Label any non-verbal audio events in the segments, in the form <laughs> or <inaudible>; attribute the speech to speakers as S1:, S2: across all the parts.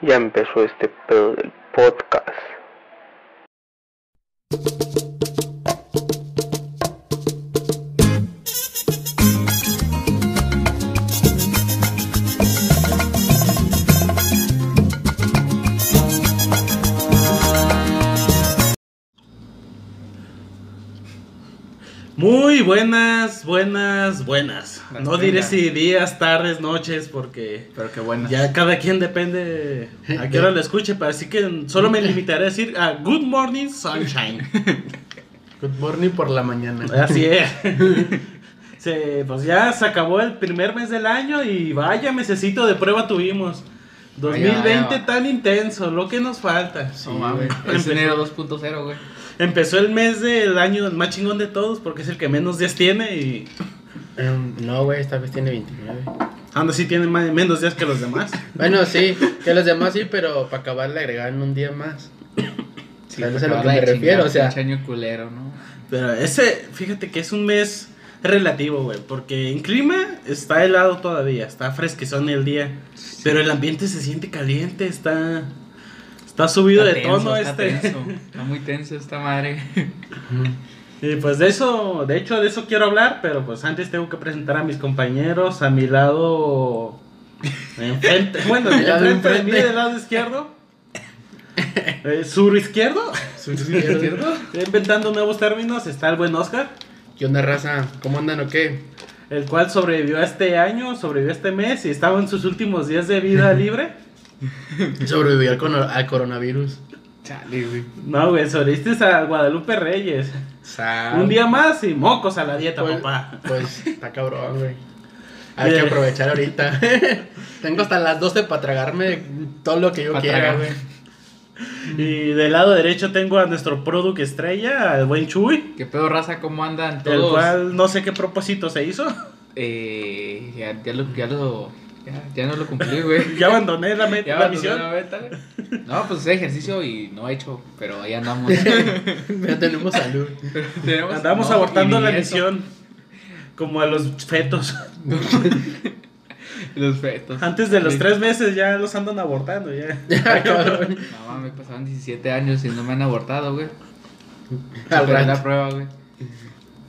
S1: Ya empezó este pedo del podcast.
S2: Muy buenas, buenas, buenas.
S3: Las
S2: no diré
S3: tenga.
S2: si días, tardes, noches, porque
S3: Pero qué bueno.
S2: ya cada quien depende a qué hora lo escuche, pero así que solo me limitaré a decir a Good Morning Sunshine.
S3: Good morning por la mañana.
S2: Así es. Se- pues ya se acabó el primer mes del año y vaya mesecito de prueba tuvimos. 2020
S4: vaya.
S2: tan intenso, lo que nos falta.
S4: No mames, es
S2: Empezó-
S4: enero 2.0, güey.
S2: Empezó el mes del año el más chingón de todos porque es el que menos días tiene y
S5: Em, no, güey, esta vez tiene 29.
S2: anda sí tiene más- menos días que los demás.
S5: Bueno, sí, que los demás sí, pero para acabar le agregaron un día más.
S4: Sí,
S5: Claro, es a lo
S4: acaba
S5: que me
S4: de chingar,
S5: refiero, o sea.
S4: pinche año culero, ¿no?
S2: Pero ese, fíjate que es un mes relativo, güey, porque en clima está helado todavía, está fresquezón el día, pero el ambiente se siente caliente, está está subido de
S4: tenso,
S2: tono
S4: está
S2: este.
S4: tenso, está muy tenso esta madre.
S2: <laughs> Y pues de eso, de hecho de eso quiero hablar, pero pues antes tengo que presentar a mis compañeros a mi lado enfrente,
S4: <laughs>
S2: bueno,
S5: Del lado de
S2: enfrente de mí
S5: enfrente.
S2: del lado izquierdo. eh, sur izquierdo, <laughs> inventando nuevos términos, está el buen Oscar.
S5: ¿Qué onda, raza? ¿Cómo andan o qué?
S2: el cual sobrevivió a este año, sobrevivió a este mes y estaba en sus últimos días de
S4: <laughs>
S2: vida libre.
S5: Sobrevivir al, cono- al coronavirus.
S4: <laughs> Chale, güey.
S2: No, güey, sobreviviste a Guadalupe Reyes.
S4: Ah.
S5: Sa-
S2: Un día más y mocos a la dieta,
S5: Pues-
S2: papá.
S5: Pues está cabrón, güey. Hay que
S2: Bien.
S5: aprovechar ahorita. <laughs> Tengo hasta las 12 para tragarme todo lo que yo
S4: Pa'
S5: quiera,
S4: tragar.
S5: güey.
S4: mm.
S2: Y del lado derecho tengo a nuestro product estrella, al buen Chuy,
S4: ¿Qué pedo, raza? ¿Cómo andan
S2: el
S4: todos?
S2: cual no sé qué propósito se hizo. <laughs>
S4: Eh, ya, ya lo, ya lo, ya, ya no lo cumplí,
S2: <laughs>
S4: güey.
S2: Ya abandoné la, met-
S4: Ya
S2: la
S4: abandoné
S2: misión.
S4: la meta, güey. No, pues ejercicio y no he hecho, pero ahí andamos.
S5: Ya tenemos salud. <laughs>
S4: Tenemos-
S2: Andamos
S4: no,
S2: abortando
S4: y ni
S2: la
S4: eso.
S2: misión. Como a los fetos. <laughs>
S4: Los fetos.
S2: Antes de los
S4: Sí.
S2: tres meses ya los andan abortando. Ya.
S4: <laughs>
S5: Ya, cabrón.
S4: No mames, pasaron 17 años y no me han abortado, güey.
S5: Al
S4: Superé la
S5: rato.
S4: prueba, güey.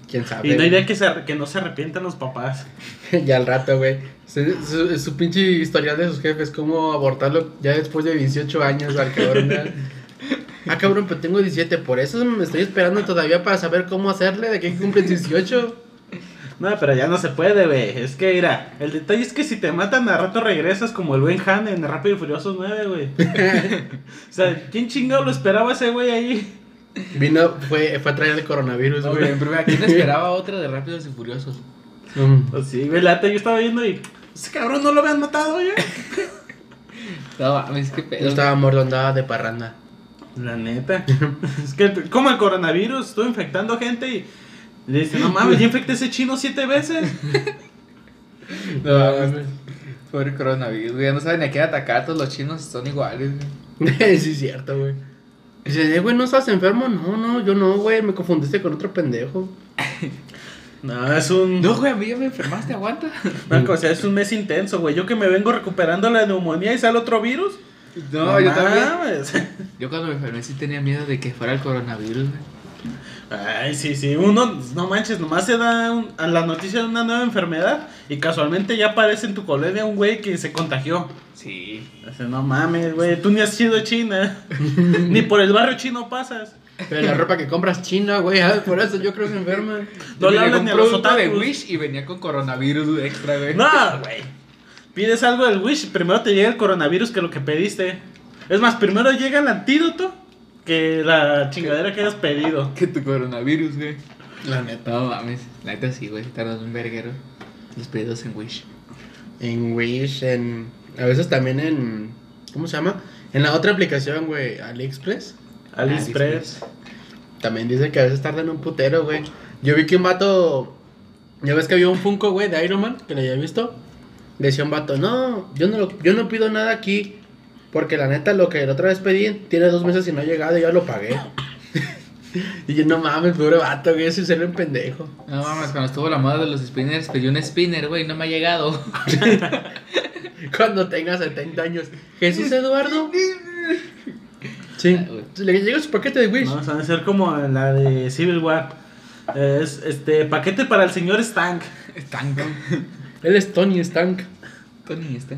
S5: ¿Quién sabe?
S2: Y no hay
S5: güey?
S2: idea que, se arre- que no se arrepientan los papás.
S5: <laughs> Ya al rato, güey. Su, su- su pinche historial de sus jefes, cómo abortarlo ya después de 18 años al cabrón. ¿verdad? Ah, cabrón, pues tengo 17, por eso me estoy esperando todavía para saber cómo hacerle de que cumplen 18.
S2: No, pero ya no se puede, güey. Es que, mira, el detalle es que si te matan a rato regresas como el buen Han en Rápido y Furioso 9, güey. o sea, ¿quién chingado lo esperaba ese güey ahí?
S5: Vino, fue, fue a traer el
S2: Pues,
S5: coronavirus,
S4: No,
S5: güey.
S4: güey, pero ¿a quién esperaba otra de Rápidos y Furiosos?
S5: Mm.
S2: Pues sí, güey, lata, yo estaba viendo y... Ese cabrón no lo habían matado, güey.
S4: No, mames, qué pedo.
S5: No estaba muerto, andaba de parranda.
S2: La neta. es que, como el coronavirus, estuvo infectando gente y... Le dice, no mames, ya infecté a ese chino siete veces.
S4: No,
S5: Ah,
S4: mames. Pobre coronavirus, güey. Ya no saben a qué atacar. Todos los chinos son iguales, güey.
S2: <laughs>
S5: sí, es cierto, güey. Dice, eh, güey, ¿no estás enfermo? No, no, yo no, güey, me confundiste con otro pendejo.
S2: No, es un...
S4: No, güey, a mí ya me enfermaste, aguanta.
S2: Marco, o sea, es un mes intenso, güey. Yo que me vengo recuperando la neumonía y sale otro virus. mames.
S4: Yo cuando me enfermé sí tenía miedo de que fuera el coronavirus, güey.
S2: Ay, sí, sí, uno, no manches, nomás se da un- a la noticia de una nueva enfermedad y casualmente ya aparece en tu colonia un güey que se contagió.
S4: Sí.
S2: Dice, no mames, güey, tú ni has sido China, <laughs> ni por el barrio chino pasas.
S5: Pero la ropa que compras china, güey, ah, por eso yo creo que se enferma.
S2: No
S4: Yo
S2: le
S4: me
S2: hablan ni
S4: llegué
S2: a
S4: un
S2: los
S4: producto de
S2: otakus.
S4: Wish y venía con coronavirus güey, extra, güey.
S2: No, güey. Pides algo del Wish, primero te llega el coronavirus que lo que pediste. Es más, primero llega el antídoto que la chingadera que hayas pedido.
S4: Que tu coronavirus, güey.
S5: La neta.
S4: No mames. La neta sí, güey. Tardan un verguero. Los pedidos en Wish.
S5: En Wish, en. A veces también en. ¿Cómo se llama? En la otra aplicación, güey, AliExpress.
S2: AliExpress.
S5: También dice que a veces tardan un putero, güey. Yo vi que un vato. Ya ves que había un Funko, güey, de Iron Man, que lo había visto. Decía un vato, no, yo no, lo- yo no pido nada aquí. Porque la neta, lo que la otra vez pedí, tiene dos meses y no ha llegado y ya lo pagué. <laughs> y yo, no mames, pobre vato, güey, ese ser un pendejo.
S4: No mames, cuando estuvo la moda de los spinners, pedí un spinner, güey, no me ha llegado.
S5: cuando tenga 70 años. Jesús Eduardo. Sí.
S2: Ah,
S5: Le llega su paquete de Wish.
S2: Vamos a hacer como la de Civil War. Eh, Es este paquete para el señor Stank.
S4: Tango.
S5: Él es Tony Stank.
S4: Tony está.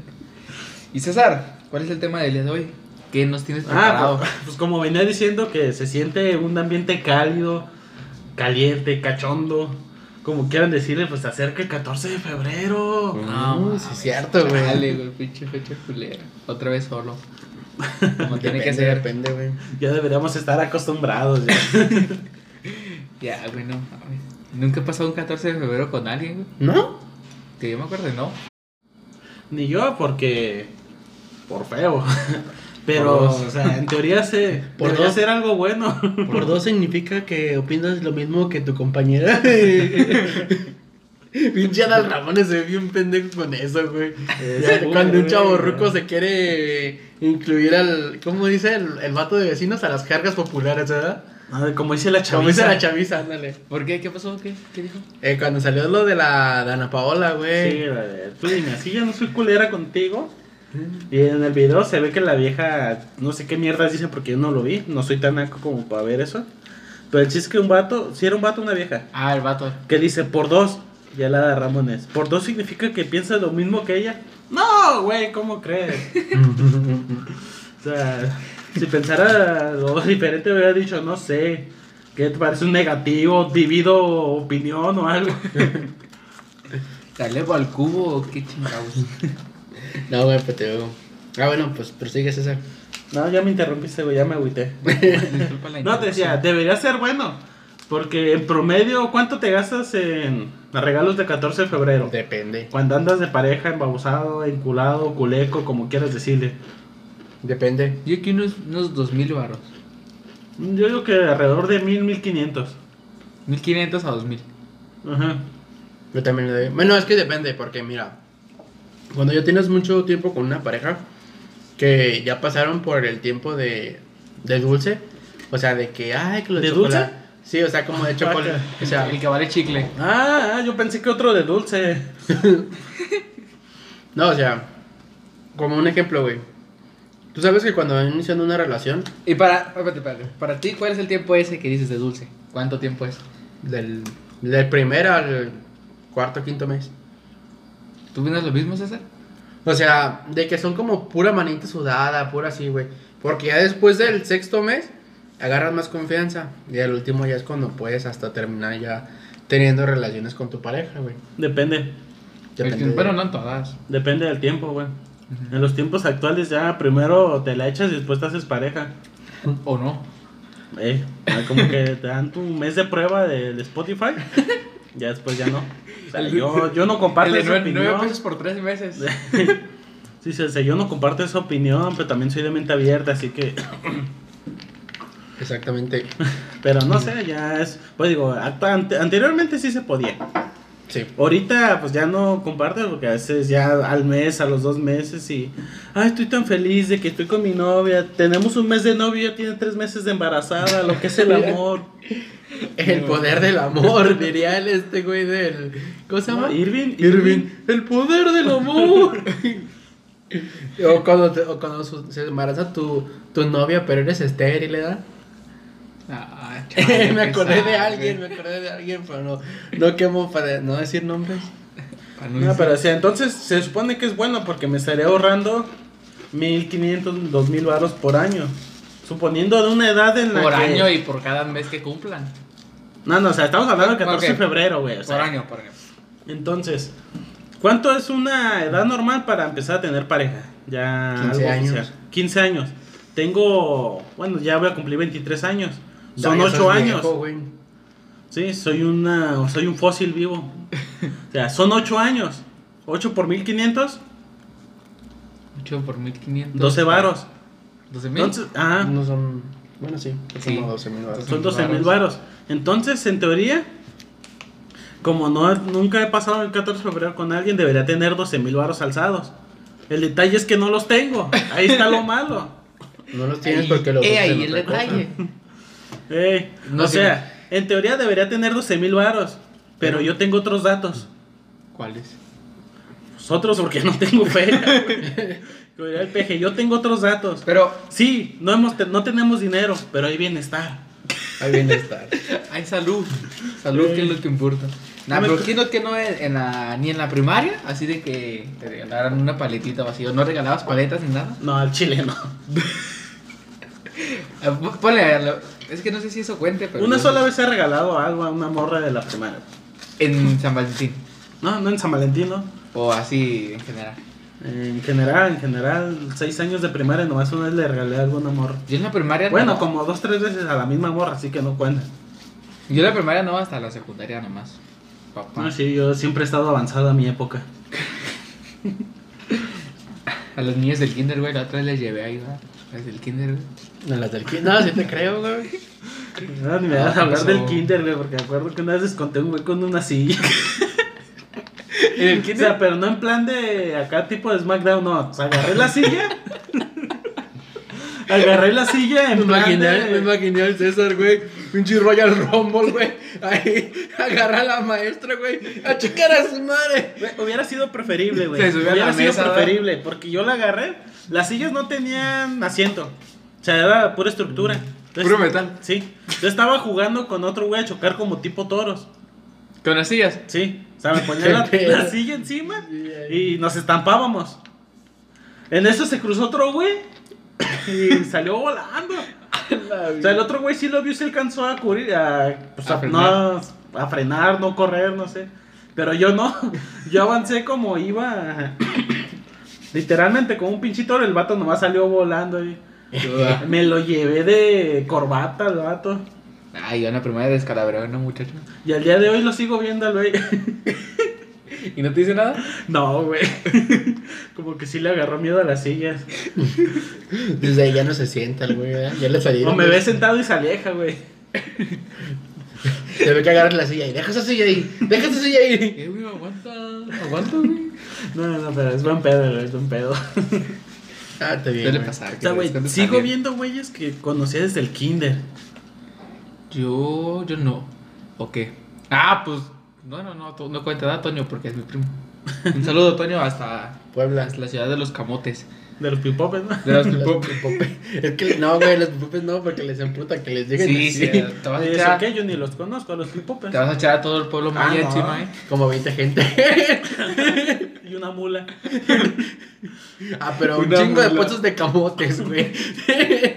S4: Y César, ¿cuál es el tema del día de hoy? ¿Qué nos tienes
S2: Ah,
S4: preparado?
S2: pues, pues como venía diciendo que se siente un ambiente cálido, caliente, cachondo, como quieran decirle, pues se acerca el 14 de febrero.
S4: No,
S5: No,
S4: mames.
S5: sí es cierto, güey.
S4: Dale, güey, pinche fecha culera. Otra vez solo.
S5: <laughs>
S4: Como tiene que
S5: Depende,
S4: ser.
S5: Depende, güey.
S2: Ya deberíamos estar acostumbrados. <laughs> ya.
S4: Ya, güey, no mames. Nunca he pasado un 14 de febrero con alguien, güey.
S5: ¿No?
S4: Que yo me acuerdo, no.
S2: Ni yo porque por <laughs> feo. Pero,
S4: Por dos.
S2: o sea, en teoría se
S5: Por
S2: debería
S5: dos.
S2: ser algo bueno.
S5: Por dos significa que opinas lo mismo que tu compañera. <laughs> Pinche Adal Ramones se ve bien pendejo con eso, güey. Ya,
S2: Es
S5: Cuando un
S2: güey.
S5: chavo ruco se quiere incluir al. ¿Cómo dice el, el vato de vecinos? A las cargas populares, ¿verdad?
S2: <laughs> Ah, Como dice la
S5: Como dice
S2: chaviza.
S5: la chaviza, ándale.
S4: ¿Por qué? ¿Qué pasó? ¿Qué, ¿Qué dijo?
S5: Eh, cuando salió lo de la Dana Paola, güey.
S2: Sí, la de, tú dime, así ya no soy culera contigo. Y en el video se ve que la vieja, no sé qué mierdas dice porque yo no lo vi, no soy tan naco como para ver eso. Pero el chiste es que un vato, si era un vato o una vieja,
S4: Ah, el vato.
S2: que dice por dos, ya la de Ramones, por dos significa que piensa lo mismo que ella. No, güey, ¿cómo crees? <laughs> o sea, si pensara lo diferente hubiera dicho, no sé, ¿qué te parece un negativo, divido opinión o algo? <laughs>
S4: ¿La elevo al cubo o qué chingados?
S5: No, güey, pues te digo. Ah, bueno, pues prosigue César.
S2: No, ya me interrumpiste, güey, ya me agüité.
S4: Disculpa la
S2: No, te decía, debería ser bueno. Porque en promedio, ¿cuánto te gastas en regalos de 14 de febrero?
S5: Depende.
S2: Cuando andas de pareja, embabusado, enculado, culeco, como quieras decirle.
S5: Depende.
S4: Yo aquí unos, unos 2000 baros.
S2: Yo digo que alrededor de 1000, 1500.
S4: 1500 a 2000.
S2: Ajá.
S5: Yo también le doy. Bueno, es que depende, porque mira, cuando ya tienes mucho tiempo con una pareja que ya pasaron por el tiempo de, de dulce, o sea, de que, ay, que lo
S2: ¿De dulce?
S5: chocolate- Sí, o sea, como de chocolate. O sea,
S4: El que vale chicle.
S2: Ah, ah, yo pensé que otro de dulce.
S5: no, o sea, como un ejemplo, güey. Tú sabes que cuando van iniciando una relación,
S4: Y para, espérate, espérate, para ti, ¿cuál es el tiempo ese que dices de dulce? ¿Cuánto tiempo es?
S5: del, del primer al cuarto, quinto mes,
S4: ¿Tú vienes lo mismo, César?
S5: o sea, de que son como pura manita sudada, pura así, güey. Porque ya después del sexto mes agarras más confianza. Y el último ya es cuando puedes hasta terminar ya teniendo relaciones con tu pareja, güey.
S2: Depende.
S5: Depende
S4: El-
S5: de-
S4: Bueno, no en todas.
S2: Depende del tiempo, güey. En los tiempos actuales ya primero te la echas y después te haces pareja.
S4: ¿O no?
S2: Eh, como que te dan tu mes de prueba del Spotify. Ya después ya no. O sea, yo, yo no comparto
S4: El de
S2: esa
S4: nueve,
S2: opinión.
S4: nueve pesos por tres meses.
S2: Sí, sí, sí, yo no comparto esa opinión, pero también soy de mente abierta, así que...
S5: Exactamente.
S2: Pero no sé, ya es... Pues digo, acta- ante- anteriormente sí se podía.
S5: Sí.
S2: Ahorita pues ya no comparto porque a veces ya al mes, a los dos meses y... Ay, estoy tan feliz de que estoy con mi novia. Tenemos un mes de novio, ya tiene tres meses de embarazada, lo que es
S4: <laughs>
S2: el amor.
S5: El
S4: No.
S5: poder del amor, diría el este güey del. ¿Cómo se llama?
S2: No, Irving,
S5: Irving. El poder del amor. o cuando, te- o cuando su- se embaraza tu, tu novia, pero eres estéril, ¿verdad?
S4: <laughs> Ah, chale,
S5: <laughs> me acordé de
S4: pesado,
S5: alguien, me
S4: güey.
S5: acordé de alguien, pero no, no quemo para no decir nombres.
S4: Para Ah, no
S2: No,
S4: decir-
S2: pero o sea, entonces se supone que es bueno porque me estaré ahorrando 1500, 2000 varos por año. Suponiendo de una edad en la
S4: Por
S2: que...
S4: año y por cada mes que cumplan.
S2: No, no, o sea, estamos hablando del 14
S4: Ok.
S2: de febrero, güey. o sea.
S4: Por año, por año.
S2: Entonces, ¿cuánto es una edad normal para empezar a tener pareja? Ya
S5: 15
S2: algo
S5: años.
S2: oficial. 15 años. Tengo, bueno, ya voy a cumplir 23 años. Son
S5: Ya, ya
S2: 8
S5: sos
S2: años.
S5: viejo, güey.
S2: Sí, soy una soy un fósil vivo. O sea, son 8 años. 8 por 1500,
S4: 8 por 1500.
S2: 12 varos.
S4: 12 mil.
S2: Entonces, ah,
S5: No son. Bueno, sí, son
S4: Sí.
S5: como 12 mil baros.
S2: son 12 mil varos. Entonces, en teoría, como no nunca he pasado el 14 de febrero con alguien, debería tener 12 mil varos alzados. El detalle es que no los tengo. Ahí está lo
S4: <laughs>
S2: malo.
S5: No los tienes porque los
S4: He
S5: usas en
S4: eh, ahí el
S5: otra cosa.
S4: detalle.
S2: Ey,
S4: No,
S2: o
S4: sí,
S2: sea, en teoría debería tener 12 mil varos, pero yo tengo otros datos.
S5: ¿Cuáles?
S2: Nosotros, porque no tengo
S4: <laughs>
S2: feria. güey. Como diría el peje, yo tengo otros datos.
S4: Pero
S2: Sí, no, hemos te- no tenemos dinero, pero hay bienestar.
S5: Hay bienestar.
S4: <laughs> hay salud. Salud,
S2: Sí.
S4: que es lo que importa. Nah,
S2: No me-
S4: pero imagino que no en en la, ni en la primaria, así de que te regalaran una paletita vacío. ¿No regalabas paletas ni nada?
S2: No, al chile no.
S4: Eh, pon- Ponle a lo- Es que no sé si eso cuente, pero.
S2: Una
S4: yo-
S2: sola vez he regalado algo a una morra de la primaria.
S4: En San Valentín.
S2: No, no en San Valentín, ¿no?
S4: O así en general.
S2: En general, en general, seis años de primaria nomás una vez le regalé algo a una morra.
S4: Yo en la primaria
S2: Bueno,
S4: no.
S2: como dos, tres veces a la misma morra, así que no cuenta.
S4: Yo en la primaria no, hasta la secundaria nomás. Papá.
S5: Ah,
S2: No, sí, yo siempre he estado avanzado a mi época.
S4: A los niños del kinder, güey, la otra vez les llevé ahí, ¿verdad? Las del kinder, güey.
S5: No, las del kinder. No, sí te creo, güey.
S2: No, ni me
S4: Ah,
S2: vas a hablar
S4: pasó.
S2: del kinder, güey, porque me acuerdo que una vez desconté un güey con una silla.
S5: <laughs> ¿En el
S2: O sea, pero no en plan de acá tipo de SmackDown, no. O sea, agarré la
S5: <laughs>
S2: silla. agarré la silla
S5: <laughs> Pues Me
S2: en plan
S5: imaginé, me
S2: de...
S5: imaginé al César, güey. Pinche Royal Rumble, güey. Ahí, agarra a la maestra, güey. A checar a su madre.
S2: Güey, Hubiera sido preferible, güey.
S4: Se subió a
S2: Hubiera
S4: la
S2: sido
S4: mesa, ¿verdad?
S2: preferible, porque yo la agarré. Las sillas no tenían asiento. O sea, era pura estructura. Entonces-
S4: Puro metal.
S2: Sí. Yo estaba jugando con otro güey a chocar como tipo toros.
S4: Con las sillas.
S2: Sí, o sea, me ponía
S4: <laughs>
S2: la,
S5: Qué
S2: la
S5: pedo.
S2: silla encima
S5: Sí, ahí.
S2: y nos estampábamos. En eso se cruzó otro güey y salió volando. O sea, el otro güey sí lo vio y se alcanzó a cubrir, a, pues,
S4: A
S2: a-
S4: frenar.
S2: no, a frenar, no correr, no sé. Pero yo no, <laughs> yo avancé como iba, <clears throat> literalmente como un pinchito, el vato nomás salió volando. ahí. Me lo llevé de corbata al vato.
S4: Ay, yo en la primaria descalabré a una muchacha.
S2: Y al día de hoy lo sigo viendo al güey. <laughs>
S4: ¿Y no te dice nada?
S2: No, güey. <laughs> Como que sí le agarró miedo a las sillas.
S5: Desde ahí ya no se sienta el güey, ¿verdad? Ya le salieron.
S2: O me
S5: güey.
S2: ve sentado y se aleja, güey.
S5: Te ve que agarras la silla ahí. Deja esa silla ahí. Deja esa silla ahí.
S4: Eh, güey, aguanta. Aguanta, güey.
S2: No, no, no, pero es buen pedo, güey, es buen pedo. <laughs> O
S5: Ah, te bien.
S4: Suele
S5: güey.
S4: pasar. que
S2: sea,
S4: de
S2: güey,
S4: repente
S2: sigo
S4: salen.
S2: viendo güeyes que conocí desde el kinder.
S4: Yo, yo no. ¿O qué? Ah, pues. No, no, no. to- No cuenta nada, Toño, porque es mi primo.
S2: <laughs>
S4: Un saludo, Toño, hasta
S5: Puebla.
S4: hasta la ciudad de los camotes.
S2: De los pipopes, ¿no?
S4: De los
S5: Las
S4: pipopes.
S5: pipopes. Es que no, güey, las pipopes no, porque les emputa que les lleguen
S4: Sí, sí.
S5: así. eh,
S4: Te vas a
S2: Y
S4: echar,
S2: eso que yo ni los conozco, a los pipopes.
S4: te vas a, echar a todo el pueblo maya
S2: no.
S4: encima, eh.
S5: Como 20 gente.
S2: <laughs>
S5: <laughs>
S2: Y una mula.
S5: Ah, pero un
S4: Una
S5: chingo de
S4: mula.
S5: puestos de camotes, güey.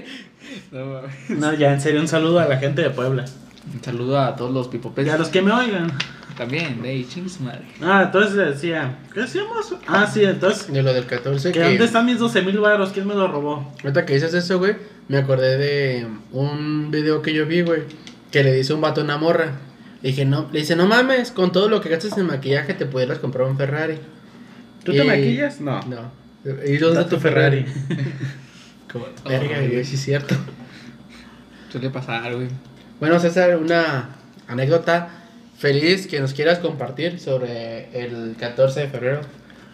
S5: <laughs>
S4: No, mames.
S2: <laughs> No, ya, en serio, un saludo a la gente de Puebla.
S4: Un saludo a todos los pipopes.
S2: Y a los que me oigan.
S4: También, de chingos madre.
S2: Ah, entonces le decía, ¿qué hacíamos? Ah, sí, entonces,
S5: De lo del 14
S2: ¿que
S5: que...
S2: ¿dónde están mis 12 mil baros? ¿Quién me los robó?
S5: Ahorita que dices eso, güey, me acordé de un video que yo vi, güey, que le dice un vato a una morra. Le dije, no, le dice, no mames, con todo lo que gastas en maquillaje te pudieras comprar un Ferrari.
S2: ¿Tú te
S5: Y-
S2: maquillas? No.
S4: Ah.
S5: No. ¿Y dónde está tu Ferrari? Como, verga,
S4: Ay,
S5: güey, sí es cierto.
S4: Oh, Suele pasar, güey.
S5: Bueno, César, una anécdota feliz que nos quieras compartir sobre el 14 de febrero.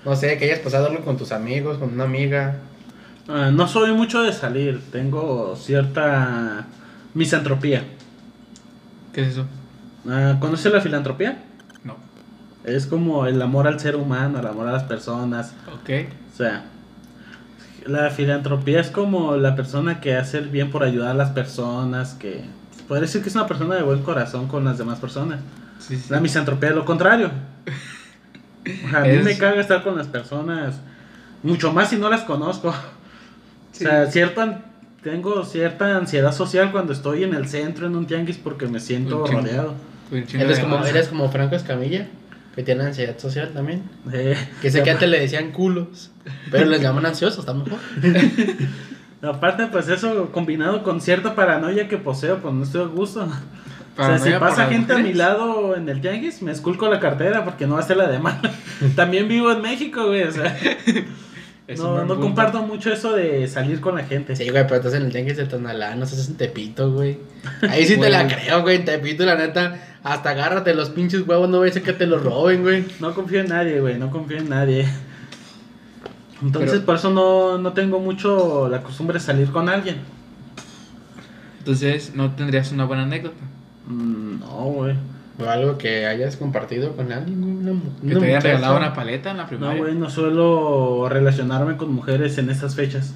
S5: No sé, que hayas pasado algo con tus amigos, con una amiga.
S2: Ah, no soy mucho de salir, tengo cierta misantropía.
S4: ¿Qué es eso?
S2: Ah, ¿Conoces la filantropía?
S4: No.
S2: Es como el amor al ser humano, el amor a las personas.
S4: Ok.
S2: O sea, la filantropía es como la persona que hace el bien por ayudar a las personas, que puede decir que es una persona de buen corazón con las demás personas.
S4: Sí, sí.
S2: La misantropía es lo contrario. O sea, a mí
S4: Es-
S2: me caga estar con las personas, mucho más si no las conozco.
S4: Sí.
S2: O sea, cierta, tengo cierta ansiedad social cuando estoy en el centro, en un tianguis, porque me siento
S4: Un chingo.
S2: rodeado.
S4: Un chingo
S5: Eres
S4: de
S5: como,
S4: raza.
S5: eres como Franco Escamilla, que tiene ansiedad social también.
S2: Eh, <laughs>
S5: Que sé que antes le decían culos, pero les llaman ansiosos, está mejor.
S2: aparte, pues eso combinado con cierta paranoia que poseo, pues no estoy a gusto. o sea,
S4: Paranoia
S2: si
S4: por
S2: pasa
S4: las
S2: gente a mi
S4: mujeres.
S2: lado en el tianguis, me esculco la cartera porque no va a ser la de mala. <laughs> También vivo en México, güey. O sea,
S4: <laughs> Es un
S2: no,
S4: buen
S2: no
S4: punto.
S2: comparto mucho eso de salir con la gente.
S5: Sí, güey, pero estás en el tianguis de Tonalá, no estás en Tepito, güey. Ahí sí te la
S4: Güey.
S5: creo, güey, en Tepito, la neta. Hasta agárrate los pinches huevos, no vayas a que te los roben, güey.
S2: No confío en nadie, güey, no confío en nadie. Entonces,
S4: Pero-
S2: por eso no, no tengo mucho la costumbre de salir con alguien.
S4: Entonces, no tendrías una buena anécdota.
S2: Mm, No, güey.
S5: O algo que hayas compartido con alguien, güey. Una, mu-
S4: Que
S5: una
S4: te hayan
S5: muchacha.
S4: regalado una paleta en la
S2: No,
S4: primaria.
S2: güey, no suelo relacionarme con mujeres en esas fechas.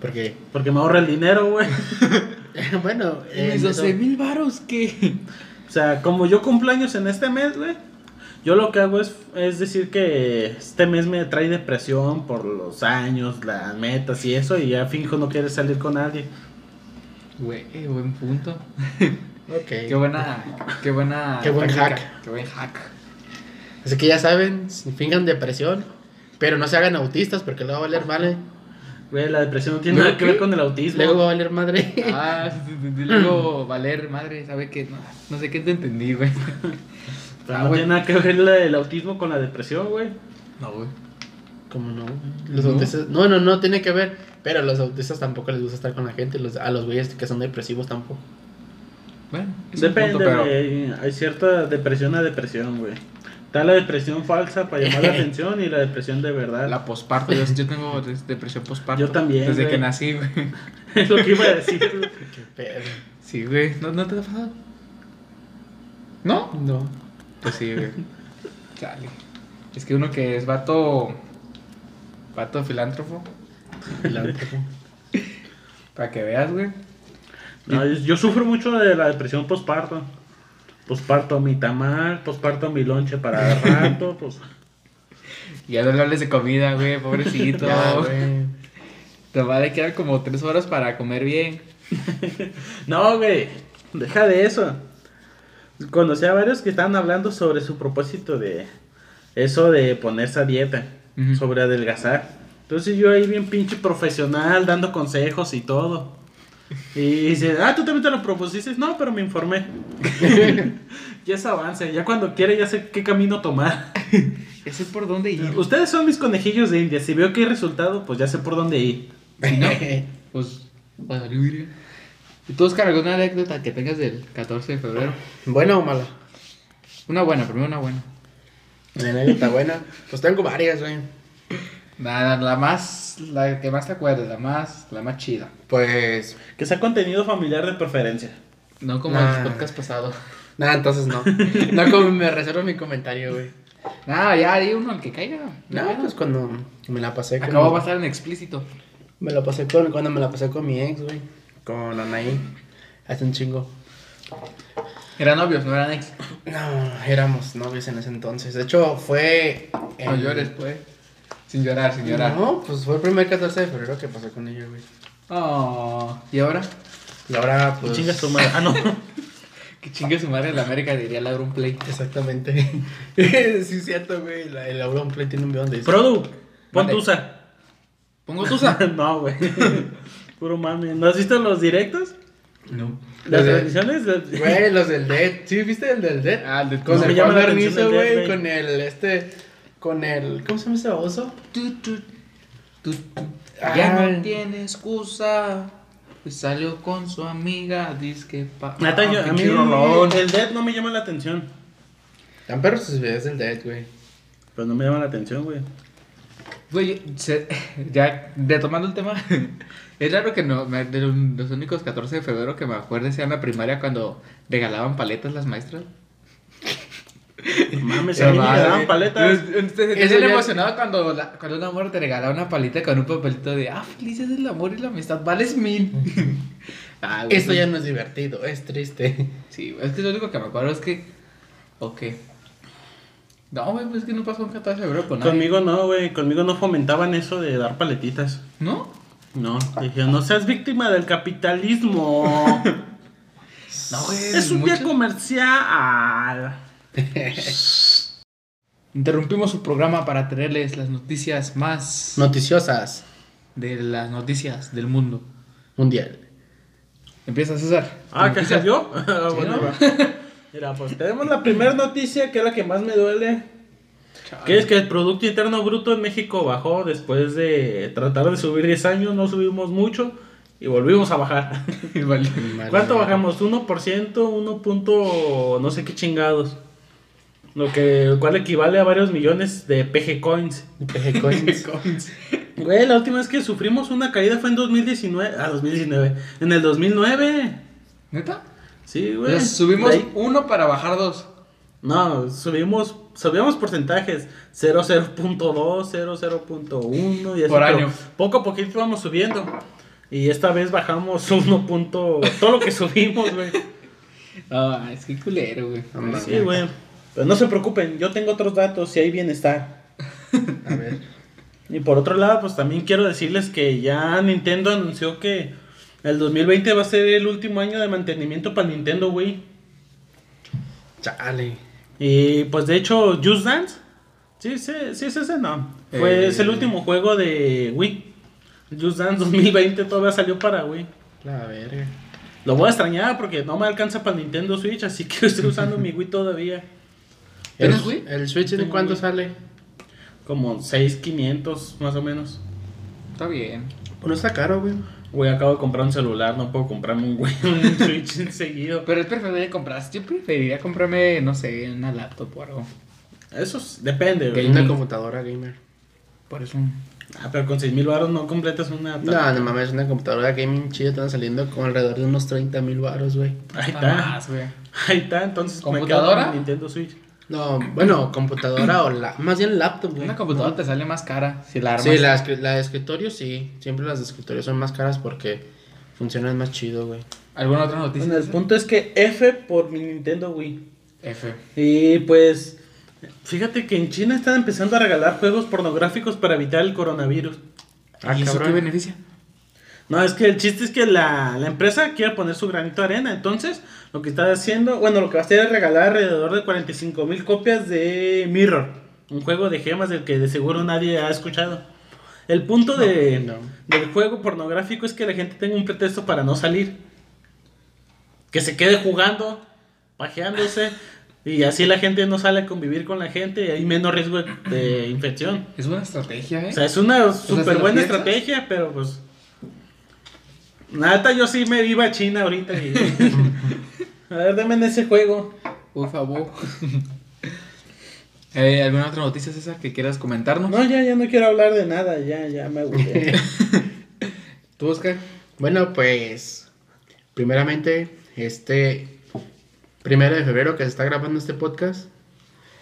S5: Porque,
S2: Porque me ahorra el dinero, güey.
S5: <laughs> bueno,
S4: Y mis
S5: en
S4: 12
S5: eso-
S4: mil varos que.
S2: O sea, como yo cumplo años en este mes, güey. Yo lo que hago es, es decir que este mes me trae depresión por los años, las metas y eso, y ya finjo no querer salir con nadie.
S4: Güey, buen punto.
S5: Ok.
S4: Qué buena. Qué buena.
S5: Qué buen
S4: táctica,
S5: hack.
S4: Qué buen hack.
S5: Así que ya saben, si fingan depresión, pero no se hagan autistas porque luego va a valer madre.
S2: Güey, la depresión no tiene
S5: ¿No
S2: nada que
S5: qué?
S2: ver con el autismo.
S5: Luego va a valer madre. <laughs>
S4: Ah, sí, sí,
S2: <clears throat>
S4: sí, luego Valer, madre, sabe que no, no sé qué te entendí, güey.
S2: O sea,
S4: <laughs> Ah,
S2: no
S4: güey.
S2: tiene nada que ver la- el autismo con la depresión, güey.
S4: No, güey.
S5: ¿Cómo no? Los
S4: ¿No?
S5: autistas. No, no, no tiene que ver. Pero a los autistas tampoco les gusta estar con la gente. Los, a los güeyes que son depresivos tampoco.
S4: Bueno, es un
S2: Depende,
S4: punto, pero-
S2: güey. Hay cierta depresión a depresión, güey. Está la depresión falsa para llamar
S4: <laughs>
S2: la atención y la depresión de verdad.
S4: La posparto, yo, yo tengo des- depresión posparto.
S2: Yo también,
S4: Desde
S2: güey.
S4: que nací, güey.
S2: <laughs> Es lo que iba a decir. güey.
S5: Qué pedo.
S4: Sí, güey. ¿No, ¿No te ha pasado? ¿No?
S5: No.
S4: Pues sí, güey. <laughs> Chale. Es que uno que es vato. Vato filántrofo.
S5: Filántropo.
S4: <laughs> Para que veas, güey.
S2: No, yo, yo sufro mucho de la depresión posparto. Posparto mi tamal, posparto mi lonche <laughs> para rato, pues
S4: Y ya no le hables de comida, güey. <laughs> Pobrecito.
S5: Ya, güey.
S4: Te va a quedar como tres horas para comer bien.
S2: No, güey, deja de eso. Conocí a varios que estaban hablando sobre su propósito de eso de ponerse a dieta,
S4: Ujú.
S2: sobre adelgazar. Entonces yo ahí bien pinche profesional, dando consejos y todo. Y dice, ah, tú también te lo propusiste. No, pero me <laughs> informé. ya es avance, ya cuando quiere ya sé qué camino tomar.
S4: Ya sé por dónde ir.
S2: Ustedes son mis conejillos de India, si veo que hay resultado, pues ya sé por dónde ir.
S4: Si no, pues, bueno, yo diría. ¿Y tú, Oscar, alguna anécdota que tengas del 14 de febrero?
S5: ¿Buena o mala?
S4: Una buena, primero una buena.
S5: La anécdota buena. Pues tengo varias, güey.
S4: La, la, la más, la que más te acuerdes, la más, la más chida.
S5: Pues.
S2: Que sea contenido familiar de preferencia.
S4: No como
S5: Nah.
S4: el podcast pasado.
S5: Nada, entonces <laughs> no. No, como me reservo mi comentario, güey.
S4: Nada, ya, di uno al que caiga.
S5: No, pues cuando me la pasé con.
S4: Acabo de pasar en explícito.
S5: Me la pasé con. Cuando me la pasé con mi ex, güey. Con Anaí. Hace un chingo.
S4: Eran novios, no eran ex.
S5: No, éramos novios en ese entonces. De hecho, fue.
S2: Eh.
S5: en-
S4: No llores, pues. Sin llorar, sin llorar.
S5: No, pues fue el primer 14 de febrero que pasé con ella, güey.
S4: Oh, ¿y ahora?
S5: Y ahora, pues.
S2: Chinga su madre. <laughs> Ah, no.
S4: Que chingue su madre en la América, diría Laura Play.
S5: Exactamente. <laughs> sí, es cierto, güey. La, el Auron Play tiene un video donde dice.
S2: Produ, pon
S4: Mande.
S2: tusa. <laughs>
S4: Pongo Tusa.
S2: no, güey. Puro mami. ¿No has visto los directos?
S5: No.
S2: ¿Las
S5: Los de-
S2: transmisiones?
S5: Güey, los del Dead. ¿Sí viste el del Dead?
S4: Ah, el del
S5: Con
S2: No
S5: el
S2: me
S5: Juan
S2: llama la atención
S5: Garnizo,
S2: el Dead,
S5: güey.
S2: güey.
S5: Con el este. Con el. ¿Cómo se llama ese baboso?
S4: Tu, tu, tu, tu.
S5: Ah.
S4: Ya no tiene excusa. Pues salió con su amiga. Dice que. Pa...
S2: <laughs> Neta, yo-
S4: Ah,
S2: a mí
S4: pinche rolón.
S2: el Dead no me llama la atención.
S5: Tan perros sus videos del Dead, güey.
S2: Pues no me llama la atención, güey.
S4: Güey, se- <laughs> ya retomando el tema. <laughs> Es raro que no, me- de los, los únicos 14 de febrero que me acuerde sea en la primaria cuando regalaban paletas las maestras. ah,
S2: No
S4: <laughs>
S2: Mames, a mí me daban paletas.
S4: Eso
S5: ya-
S4: emocionado cuando, la- cuando un amor te regalaba una paleta con un papelito de ah, felices el amor y la amistad, vales
S2: <laughs>
S4: mil. ah, güey,
S5: Esto ya no es divertido, es triste.
S4: Sí, es que lo único que me acuerdo es que. Ok. No, güey, pues es que no pasó un 14 de febrero con nadie.
S2: Conmigo no, güey. Conmigo no fomentaban eso de dar paletitas.
S4: ¿No?
S2: No, dije, no seas víctima del capitalismo.
S4: No, güey.
S2: es un día
S4: mucho-
S2: comercial.
S4: <laughs> Interrumpimos su programa para traerles las noticias más
S5: <laughs> Noticiosas.
S4: de las noticias del mundo.
S5: Mundial.
S4: Empieza César.
S2: Ah, que
S4: <laughs> Noticias.
S2: salió. Ah, <laughs> bueno,
S4: ¿no?
S2: va. Mira, pues tenemos la primera noticia que es la que más me duele. Que es que el Producto Interno Bruto en México bajó después de tratar de subir 10 años, no subimos mucho y volvimos a bajar.
S4: Vale.
S2: ¿Cuánto bajamos? 1%, 1. punto no sé qué chingados. Lo que cual equivale a varios millones de PG coins.
S5: PG Coins.
S2: Güey, la última vez que sufrimos una caída fue en 2019, ah 2019, en el 2009.
S4: ¿Neta?
S2: Sí, güey.
S4: Entonces, subimos
S2: De ahí-
S4: uno para bajar dos.
S2: No, subimos, subíamos porcentajes. 00.2, 00.1 y así.
S4: Por
S2: pero
S4: año.
S2: Poco a poquito íbamos subiendo. Y esta vez bajamos <laughs> 1. punto- todo lo que subimos, güey.
S4: Ah, es que culero, güey.
S5: Vamos.
S2: Sí, güey. Pero no se preocupen, yo tengo otros datos y hay bienestar.
S5: A ver.
S2: Y por otro lado, pues también quiero decirles que ya Nintendo anunció que el 2020 va a ser el último año de mantenimiento para Nintendo Wii.
S5: Chale.
S2: Y pues de hecho, Just Dance, sí, sí, sí es ese, no. Fue,
S4: Eh.
S2: Es el último juego de Wii. Just Dance 2020 todavía salió para Wii.
S5: La verga.
S2: Lo voy a extrañar porque no me alcanza para Nintendo Switch, así que <laughs> estoy usando mi Wii todavía.
S5: El,
S4: ¿Tienes Wii?
S5: el Switch de
S2: Tengo
S5: cuándo
S2: Wii.
S5: sale?
S2: Como 6500 más o menos.
S4: Está bien.
S5: Pues no está caro, güey.
S2: Güey, acabo de comprar un celular, no puedo comprarme un Wii, <laughs> un Switch enseguido.
S4: Pero es preferible comprar. Yo preferiría comprarme, no sé, una laptop o algo.
S2: Eso es- depende,
S5: Que
S2: güey.
S5: hay una computadora gamer.
S4: Por eso.
S2: Ah, pero con 6 mil baros no completas una.
S5: No, no mames, una computadora gaming chida están saliendo con alrededor de unos 30 mil baros, güey.
S2: Ahí
S4: Nada
S2: está.
S4: más, güey.
S2: Ahí está, entonces me quedo
S4: ¿Computadora?
S2: con Nintendo Switch.
S5: No, bueno, computadora o la, más bien laptop, güey.
S4: Una computadora te sale más cara si la armas.
S5: Sí, la, escri- la de escritorio sí. Siempre las de escritorio son más caras porque funcionan más chido, güey.
S4: ¿Alguna otra noticia?
S2: Bueno, el punto es que F por mi Nintendo Wii.
S4: F.
S2: Y pues, fíjate que en China están empezando a regalar juegos pornográficos para evitar el coronavirus.
S5: Ah,
S4: ¿Y eso
S5: cabrón.
S4: qué beneficia?
S2: No, es que el chiste es que la, la empresa quiere poner su granito de arena. Entonces, lo que está haciendo, bueno, lo que va a hacer es regalar alrededor de 45 mil copias de Mirror, un juego de gemas del que de seguro nadie ha escuchado. El punto de,
S5: no.
S2: del juego pornográfico es que la gente tenga un pretexto para no salir. Que se quede jugando, pajeándose, y así la gente no sale a convivir con la gente y hay menos riesgo de, de infección.
S4: Es una estrategia, ¿eh?
S2: O sea, es una
S4: sea,
S2: súper
S4: ¿se lo
S2: buena
S4: piensas?
S2: estrategia, pero pues. Nata, yo sí me iba a China ahorita. <laughs> y- a ver, dame en ese juego.
S4: Por favor. <laughs> Eh, ¿Alguna otra noticia, César, que quieras comentarnos?
S2: No, ya, ya no quiero hablar de nada, ya, ya me <laughs> aburrí.
S4: ¿Tú, Oscar?
S5: Bueno, pues, primeramente, este primero de febrero que se está grabando este podcast,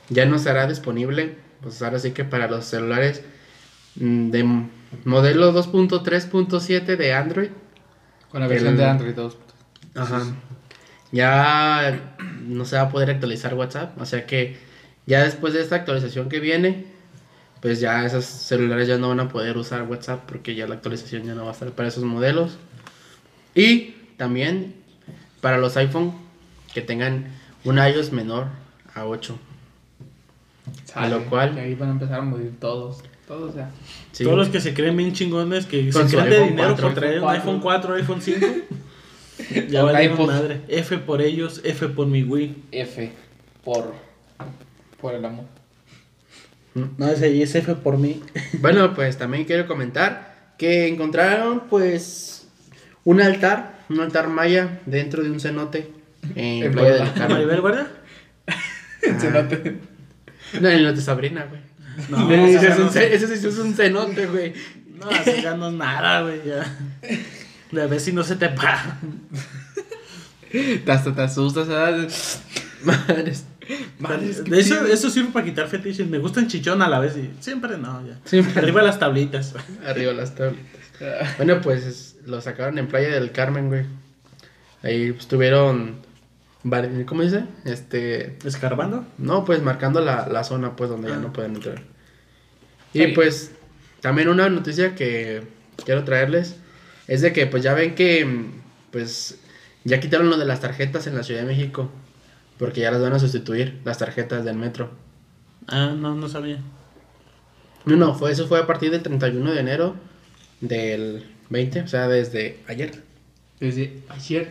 S5: ya no estará disponible, pues ahora sí que para los celulares mm, de m- modelo 2.3.7 de Android.
S4: Con la versión
S5: El-
S4: de Android 2.
S5: Ajá. Ya no se va a poder actualizar WhatsApp, o sea que ya después de esta actualización que viene, pues ya esos celulares ya no van a poder usar WhatsApp porque ya la actualización ya no va a estar para esos modelos. Y también para los iPhone que tengan un iOS menor a 8.
S4: Sale,
S5: lo cual-
S4: que ahí van a empezar a morir todos. Todos ya.
S5: Sí.
S2: Todos los que se creen bien chingones, que
S5: Con
S2: se
S5: su
S2: creen de
S5: iPhone
S2: dinero
S5: 4,
S2: por traer un iPhone
S4: iPhone
S2: 4, iPhone 5. <laughs> ya
S4: Con
S2: valieron
S4: iPod.
S2: madre. F por ellos, F por mi Wii.
S4: F. Por. Por el <laughs> amor.
S2: No, ese ahí es F por mí.
S5: Bueno, pues también quiero comentar que encontraron pues un altar, un altar maya dentro de un cenote en
S4: En
S5: Playa del
S4: Puebla.
S5: Carmen.
S2: ¿Maribel <laughs> Guardia?
S4: Cenote.
S5: No, en los de Sabrina, güey.
S2: No,
S5: ese,
S2: esa
S5: es un,
S2: no,
S5: ce- ese sí es un cenote, güey.
S2: no, esa ya no es nada, güey. <laughs> Ya. A ver si no se te para.
S4: Te- Hasta te asustas. ¿verdad?
S5: Madres. Madres.
S2: De eso, eso sirve para quitar fetiches. Me gustan chichón a la vez y siempre no,
S4: <laughs>
S2: ya.
S5: Siempre
S2: Arriba las tablitas.
S5: arriba las tablas. Bueno, pues es- lo sacaron en Playa del Carmen, güey. Ahí estuvieron. vari- ¿Cómo dice? Este.
S2: Escarbando.
S5: No, pues marcando la, la zona, pues, donde ya
S2: Ah.
S5: no pueden entrar.
S4: Está
S5: Y
S4: bien.
S5: pues, también una noticia que quiero traerles es de que, pues, ya ven que, mm, pues, ya quitaron lo de las tarjetas en la Ciudad de México. Porque ya las van a sustituir, las tarjetas del metro.
S2: Ah, no, no sabía.
S5: No, no, fue, eso fue a partir del 31 de enero del 20, o sea, desde ayer.
S4: Desde ayer.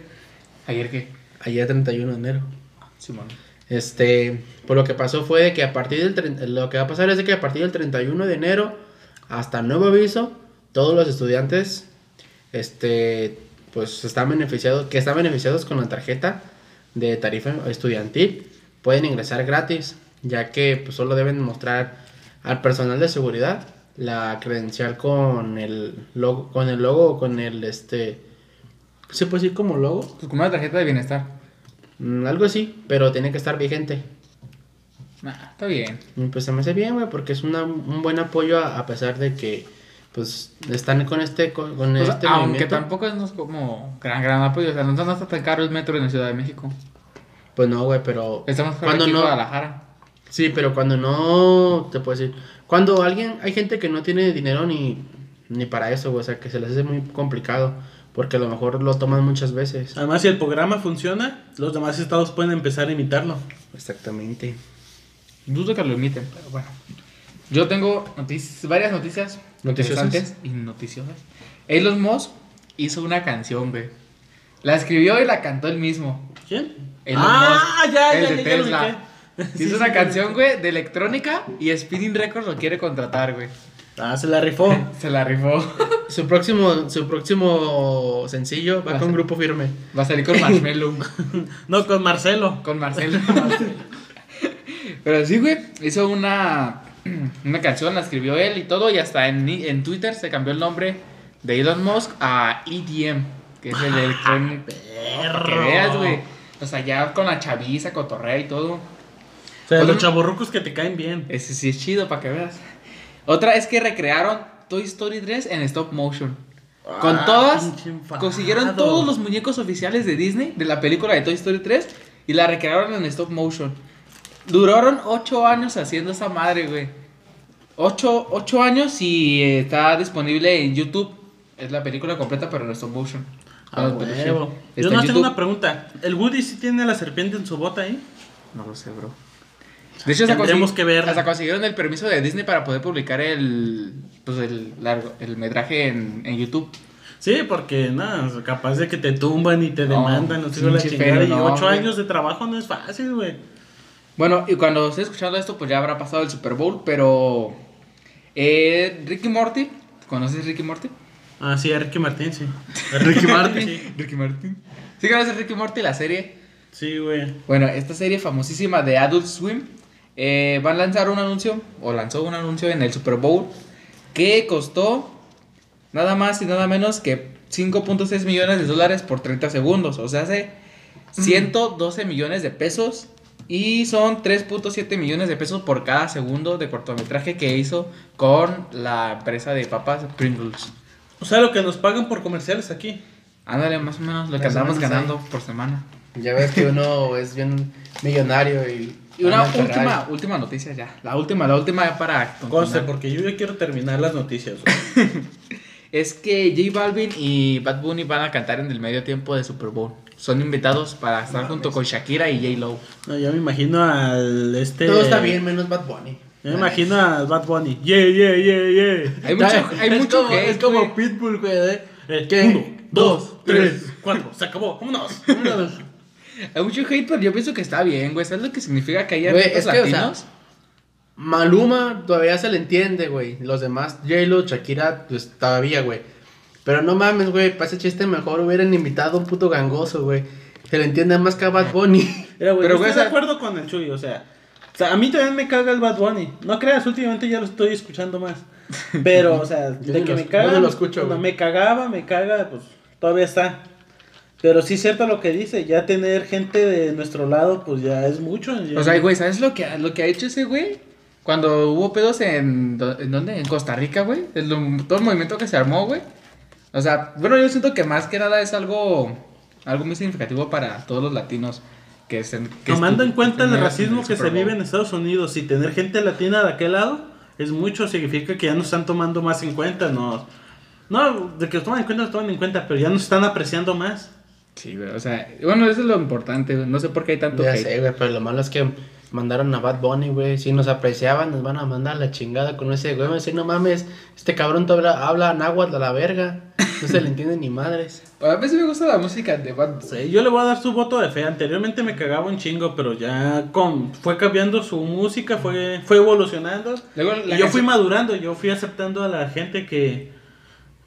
S4: ¿Ayer qué?
S5: Ayer 31 de enero.
S4: Simón.
S5: Este, pues lo que pasó fue de que a partir del tren- lo que va a pasar es de que a partir del 31 de enero hasta nuevo aviso, todos los estudiantes este pues están beneficiados, que están beneficiados con la tarjeta de tarifa estudiantil, pueden ingresar gratis, ya que pues, solo deben mostrar al personal de seguridad la credencial con el logo con el logo o con el este se puede decir como logo
S4: Pues como una tarjeta de bienestar.
S5: Mm, algo así, pero tiene que estar vigente.
S4: Nah, está bien.
S5: Y pues se me hace bien, güey, porque es una- un buen apoyo a, a pesar de que, pues, están con este, con, con
S4: O sea,
S5: este
S4: Pues, aunque
S5: movimiento.
S4: tampoco es no es como gran, gran apoyo. O sea, no, no está tan caro el metro en la Ciudad de México.
S5: Pues no, güey, pero...
S4: Estamos con
S5: cuando
S4: aquí en
S5: no,
S4: Guadalajara.
S5: Sí, pero cuando no, te puedo decir, cuando alguien, hay gente que no tiene dinero ni, ni para eso, güey, o sea, que se les hace muy complicado, porque a lo mejor lo toman muchas veces.
S2: Además, si el programa funciona, los demás estados pueden empezar a imitarlo.
S5: Exactamente.
S4: Dudo que lo imiten, pero bueno. Yo tengo notic- varias noticias
S5: ¿Noticiosas?
S4: interesantes y noticiosas. Elon Musk hizo una canción, güey. La escribió y la cantó él mismo.
S2: ¿Quién?
S4: Elon
S2: ah,
S4: Musk,
S2: ya,
S4: el
S2: ya,
S4: de
S2: ya, ya lo
S4: Tesla.
S2: ubiqué. <laughs> Sí,
S4: hizo
S2: sí,
S4: una
S2: sí.
S4: canción, güey, de electrónica y Spinning Records lo quiere contratar, güey.
S2: Ah, se la rifó.
S4: <laughs> Se la rifó.
S5: Su próximo, su próximo sencillo va
S4: Va a
S5: con
S4: ser-
S5: grupo firme.
S4: Va a
S2: <laughs>
S4: salir con Marshmello.
S2: No, con Marcelo.
S4: Con Marcelo. <laughs> Pero sí, güey, hizo una, <clears throat> una canción, la escribió él y todo, y hasta en, en Twitter se cambió el nombre de Elon Musk a EDM, que es el electrónico. que veas, güey. O sea, ya con la chaviza, cotorrea y todo.
S2: O sea,
S4: Oye,
S2: los chaborrucos que te caen bien.
S4: Ese sí es chido, para que veas. Otra es que recrearon Toy Story 3 en stop motion. Con
S2: Ah,
S4: todas,
S2: pinche enfadado.
S4: consiguieron todos los muñecos oficiales de Disney de la película de Toy Story 3 y la recrearon en stop motion. Duraron 8 años haciendo esa madre, güey. 8, años y eh, está disponible en YouTube. Es la película completa, pero en stop motion.
S2: Ah,
S4: Pero sí,
S2: huevo.
S4: está
S2: Yo
S4: en
S2: no tengo
S4: YouTube.
S2: una pregunta. ¿El Woody sí tiene la serpiente en su bota ahí?
S4: No lo sé, bro. De hecho, hasta,
S2: Tendremos
S4: consi-
S2: que verla.
S4: hasta consiguieron el permiso de Disney para poder publicar el, pues, el, largo, el metraje en, en YouTube.
S2: Sí, porque nada, o sea, capaz de que te tumban y te
S4: No,
S2: demandan, no, sé, la
S4: pinche
S2: chingada.
S4: feo,
S2: y
S4: no,
S2: ocho
S4: güey.
S2: años de trabajo no es fácil, güey.
S4: Bueno, y cuando esté escuchando esto, pues ya habrá pasado el Super Bowl, pero. Eh, Ricky Morty. ¿Conoces Ricky Morty?
S2: Ah, sí, a Ricky Martín, sí. A Sí,
S4: <laughs> Ricky Martin. ¿Sí conoces Ricky Morty, la serie?
S2: Sí, güey.
S4: Bueno, esta serie famosísima de Adult Swim eh, va a lanzar un anuncio, o lanzó un anuncio en el Super Bowl, que costó nada más y nada menos que 5.6 millones de dólares por 30 segundos. O sea, hace 112 millones de pesos. Y son 3.7 millones de pesos por cada segundo de cortometraje que hizo con la empresa de papas Pringles.
S2: O sea, lo que nos pagan por comerciales aquí.
S4: Ándale, más o menos lo que
S5: Más o
S4: andamos
S5: menos ahí.
S4: ganando por semana.
S5: Ya ves que uno es bien millonario y...
S4: Y una
S5: anda en Ferrari.
S4: última, última noticia ya. La última, la última ya para
S2: Conste,
S4: continuar.
S2: porque yo ya quiero terminar las noticias, güey.
S4: Es que J Balvin y Bad Bunny van a cantar en el medio tiempo de Super Bowl. Son invitados para estar junto con Shakira y J Lo.
S2: No, yo me imagino al este.
S5: Todo está bien, menos Bad Bunny.
S2: Yo me imagino a Bad Bunny. Yeah, yeah, yeah, yeah.
S4: Hay mucho, hay
S5: es
S4: mucho
S5: como,
S4: hate,
S5: es como
S4: güey.
S5: Pitbull, güey. de-
S2: Eh,
S5: ¿Qué?
S2: Uno, dos, tres, cuatro. Se acabó. Vámonos.
S5: Vámonos.
S4: Hay mucho hate, pero yo pienso que está bien, güey. ¿Sabes lo que significa que haya
S5: Güey,
S4: artistas
S5: es que, o sea,
S4: latinos?
S5: Maluma todavía se le entiende, güey. Los demás, J-Lo, Shakira, pues todavía, güey. Pero no mames, güey, para ese chiste mejor hubieran invitado a un puto gangoso, güey. Se le entiende más que a Bad Bunny.
S2: Eh. Mira, güey,
S4: Pero,
S2: yo estoy
S4: güey,
S2: de
S4: esa-
S2: acuerdo con el Chuy, o sea, o sea, a mí también me caga el Bad Bunny. No creas, últimamente ya lo estoy escuchando
S4: <laughs>
S2: más. Pero, o sea,
S5: Yo
S2: de
S5: ni
S2: que
S5: lo-
S2: me caga.
S5: yo ni lo escucho,
S2: cuando
S5: güey.
S2: me cagaba, me caga, pues todavía está. Pero sí es cierto lo que dice, ya tener gente de nuestro lado, pues ya es mucho. ya-
S4: O sea, güey, ¿sabes lo que, ha- lo que ha hecho ese güey? Cuando hubo pedos en... do- ¿En dónde? En Costa Rica, güey. El- lo- todo el movimiento que se armó, güey. O sea, bueno, yo siento que más que nada es algo... Algo muy significativo para todos los latinos que estén... Que
S2: tomando en
S4: estu-
S2: cuenta el
S4: estuvieron
S2: racismo
S4: el
S2: que se
S4: Super Bowl.
S2: vive en Estados Unidos y tener gente latina de aquel lado es mucho, significa que ya nos están tomando más en cuenta, no. No, de que nos toman en cuenta, nos toman en cuenta, pero ya nos están apreciando más.
S4: Sí, güey. O sea, bueno, eso es lo importante. güey. No sé por qué hay tanto
S5: Ya
S4: hate.
S5: sé, güey, pero lo malo es que mandaron a Bad Bunny, güey. Si nos apreciaban, nos van a mandar a la chingada con ese güey. Van a decir, no mames, este cabrón todavía habla náhuatl a la verga. No se le entiende ni madres.
S2: <laughs>
S4: A mí sí me gusta la música de Bad Bunny.
S2: Sí, yo le voy a dar su voto de fe. Anteriormente me cagaba un chingo, pero ya con fue cambiando su música, fue, fue evolucionando.
S4: Luego,
S2: Y yo
S4: la
S2: fui
S4: canción-
S2: madurando, yo fui aceptando a la gente que.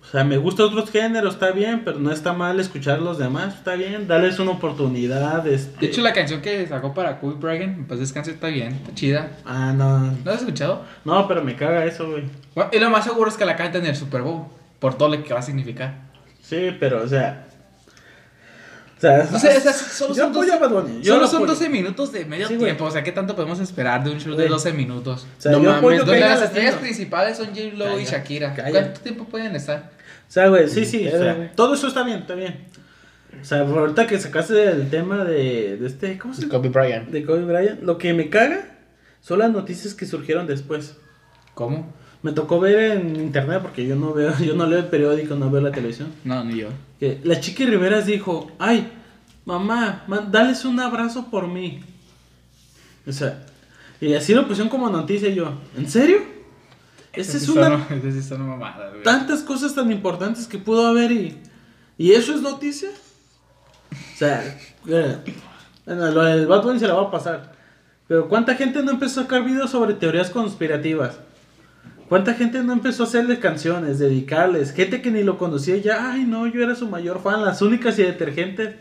S2: O sea, me gusta otros géneros, está bien, pero no está mal escuchar a los demás, está bien, darles una oportunidad. Este...
S4: De hecho, la canción que sacó para Cool Bragan, pues descanse, está bien, está chida.
S2: Ah, no.
S4: ¿No has escuchado?
S2: No, pero me caga eso, güey.
S4: Bueno, y lo más seguro es que la canten en el Super Bowl. Por todo lo que va a significar.
S2: Sí, pero, o sea. O sea,
S4: O sea, o sea, solo
S2: yo
S4: son
S2: apoyo a
S4: 12,
S2: Bad Bunny. yo
S4: solo
S2: lo
S4: son
S2: apoyo.
S4: 12 minutos de medio
S2: Sí, güey.
S4: tiempo. O sea, ¿qué tanto podemos esperar de un show de
S2: Güey.
S4: 12 minutos?
S2: O sea,
S5: No
S2: yo
S5: mames,
S2: apoyo que
S4: Donde
S5: calla,
S2: haya
S4: las estrellas
S2: latino.
S4: principales son James Lowe y
S2: Calla,
S4: Shakira.
S2: calla.
S4: ¿Cuánto tiempo pueden estar?
S2: O sea, güey, sí, sí. o
S5: Verga,
S2: sea,
S5: güey.
S2: todo eso está bien, está bien. O sea, por ahorita que sacaste el tema de, de este, ¿cómo se llama?
S5: Kobe Bryant.
S2: De Kobe Bryant, lo que me caga son las noticias que surgieron después.
S4: ¿Cómo?
S2: Me tocó ver en internet porque yo no veo, yo no leo el periódico, no veo la televisión.
S4: No, ni yo.
S2: Que la chiqui Riveras dijo, ay, mamá, man- dales un abrazo por mí. O sea, y así lo pusieron como noticia y yo. ¿En serio? Esa es una
S4: <laughs> Esa es una mamada, güey.
S2: tantas cosas tan importantes que pudo haber y, y eso es noticia. O sea, eh, bueno, lo del Bad Bunny se la va a pasar. Pero ¿cuánta gente no empezó a sacar videos sobre teorías conspirativas? ¿Cuánta gente no empezó a hacerle canciones, dedicarles? Gente que ni lo conocía y ya, ay no, yo era su mayor fan, las únicas y detergentes.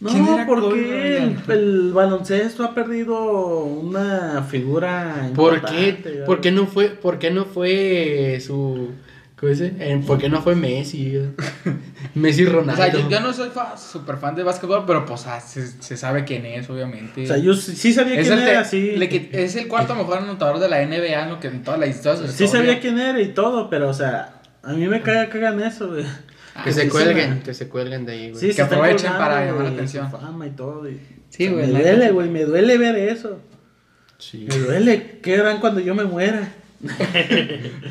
S2: No,
S4: ¿Quién era Kobe
S2: porque el,
S4: Bryant?
S2: el baloncesto ha perdido una figura
S5: ¿Por
S2: importante,
S5: qué?
S2: ¿verdad?
S5: ¿Por qué no fue, por qué no fue su ¿cómo dice? Eh, ¿Por qué no fue Messi? <laughs> Messi
S4: O
S5: Ronaldo.
S4: sea, yo, yo no soy fa- super fan de básquetbol, pero pues ah, se, se sabe quién es, obviamente.
S2: O sea, yo sí sí sabía
S4: es,
S2: quién
S4: el te-
S2: era, sí.
S4: le quit- es el cuarto mejor anotador de la NBA, en lo que en toda la historia.
S2: Sí sabía quién era y todo, pero o sea, a mí me caga que hagan eso, güey.
S4: Ah,
S5: que se
S2: ah, sí,
S5: cuelguen,
S2: sí,
S5: que se cuelguen de ahí, güey.
S2: Sí, se están
S4: aprovechen
S2: colgando,
S4: para llamar la
S2: güey,
S4: atención.
S2: su Fama y todo. y-
S4: Sí,
S2: o sea,
S4: güey, la
S2: Me
S4: neta.
S2: duele, güey, me duele ver eso.
S5: Sí.
S2: Me duele, ¿qué harán cuando yo me
S5: <laughs>
S2: muera?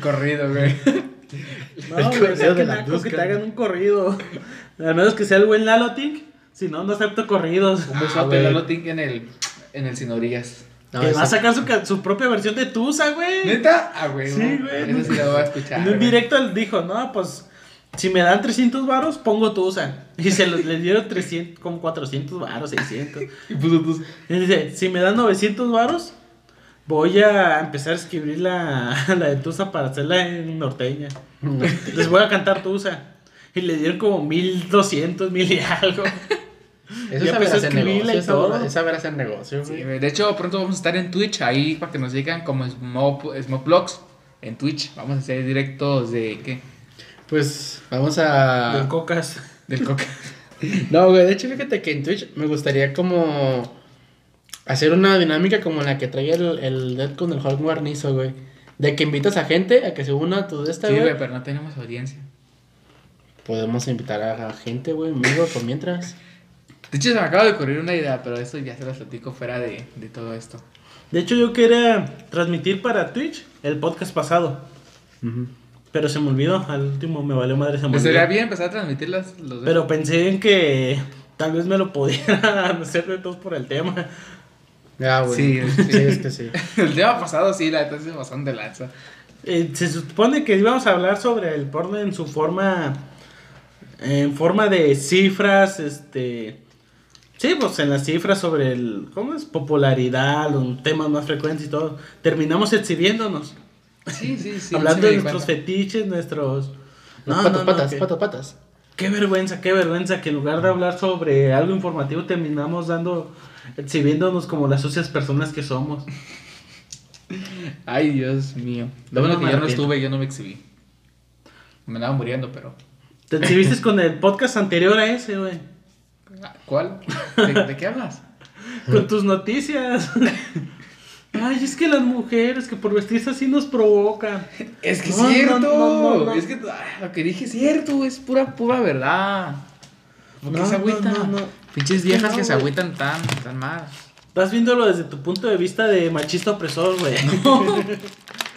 S4: Corrido, güey.
S2: No, güey,
S5: El corrido
S2: o sea,
S5: de
S2: que,
S5: la
S2: naco que te
S5: busca.
S2: hagan un corrido. Al menos que sea el buen Lalo Tink, si no, no acepto corridos.
S4: Un
S5: Ah,
S4: besote
S5: güey.
S4: Lalo Tink en el, en el Sin Orillas.
S5: No,
S2: que va a
S5: ese- <laughs>
S2: sacar su, ca- su propia versión de Tusa, güey.
S4: ¿Neta? Ah, güey.
S2: Sí, güey.
S4: Eso sí lo voy a
S2: En
S4: escuchar.
S2: un
S4: güey.
S2: directo él dijo, no, pues si me dan 300 varos, pongo Tusa. Y se los, le dieron 300, como 400 varos, 600.
S4: Y pues, puso tus-
S2: Y dice, si me dan 900 varos, voy a empezar a escribir la, <laughs> la de Tusa para hacerla en norteña.
S5: No.
S2: Les voy a cantar Tusa. Y le dieron como 1200, 1000 y algo.
S5: Eso
S2: Ya
S5: es saber
S2: empezó a
S5: hacer
S2: escribirla
S5: negocio,
S2: y
S5: es saber-
S2: todo.
S5: es saber hacer negocio,
S4: Sí,
S5: güey.
S4: güey. De hecho, pronto vamos a estar en Twitch ahí para que nos digan como Smoke, Smoke Blogs en Twitch. Vamos a hacer directos de qué?
S5: Pues vamos a...
S4: Ah.
S2: De cocas. <laughs>
S4: Del coca.
S5: No, güey, de hecho, fíjate que en Twitch me gustaría como hacer una dinámica como la que traía el, el Dead con el Hulk Guarnizo, güey. De que invitas a gente a que se una a tu de esta,
S4: Sí,
S5: güey.
S4: güey, pero no tenemos audiencia.
S5: Podemos invitar a, a gente, güey, amigo, por mientras.
S4: De hecho, se me acaba de ocurrir una idea, pero eso ya se las platico fuera de, de todo esto.
S2: De hecho, yo quería transmitir para Twitch el podcast pasado. Pero se me olvidó. Al último me valió madre, se me olvidó.
S4: Pues sería bien empezar a transmitir las, los
S2: Pero pensé en que tal vez me lo pudiera <laughs> hacer de todos por el tema.
S5: Ah, güey.
S4: Sí,
S5: Sí,
S4: sí.
S5: es que sí.
S4: <laughs> El tema pasado sí, la neta se pasaron de lanza.
S2: Eh, se supone que íbamos a hablar sobre el porno en su forma. En forma de cifras, este. Sí, pues en las cifras sobre el. ¿Cómo es? Popularidad, los temas más frecuentes y todo. Terminamos exhibiéndonos.
S4: Sí, sí, sí.
S2: hablando
S4: sí me
S2: de
S4: di
S2: nuestros
S4: cuenta.
S2: fetiches, nuestros. No,
S5: No, patas,
S2: no, no,
S5: patas,
S2: que-
S5: patas, patas.
S2: Qué vergüenza, qué vergüenza que en lugar de hablar sobre algo informativo terminamos dando. exhibiéndonos como las sucias personas que somos.
S4: Ay, Dios mío. Lo
S5: No,
S4: bueno
S5: no
S4: que
S5: me
S4: yo no
S5: arrepiento.
S4: estuve, yo no me exhibí. Me andaba muriendo, pero.
S2: Te exhibiste con el podcast anterior a ese, güey.
S4: Ah, ¿Cuál? ¿De, de qué hablas?
S2: Con tus noticias. Ay, es que las mujeres que por vestirse así nos provocan.
S4: Es que es
S2: No, no,
S4: cierto.
S2: no, no, no.
S4: Es que ah, lo que dije es cierto, es pura, pura verdad. ¿Por qué
S2: No,
S4: se
S2: no,
S4: agüitan?
S2: no, no.
S4: Pinches viejas
S2: No,
S4: que se
S2: güey.
S4: agüitan tan, tan mal.
S2: Estás viéndolo desde tu punto de vista de machista opresor, güey.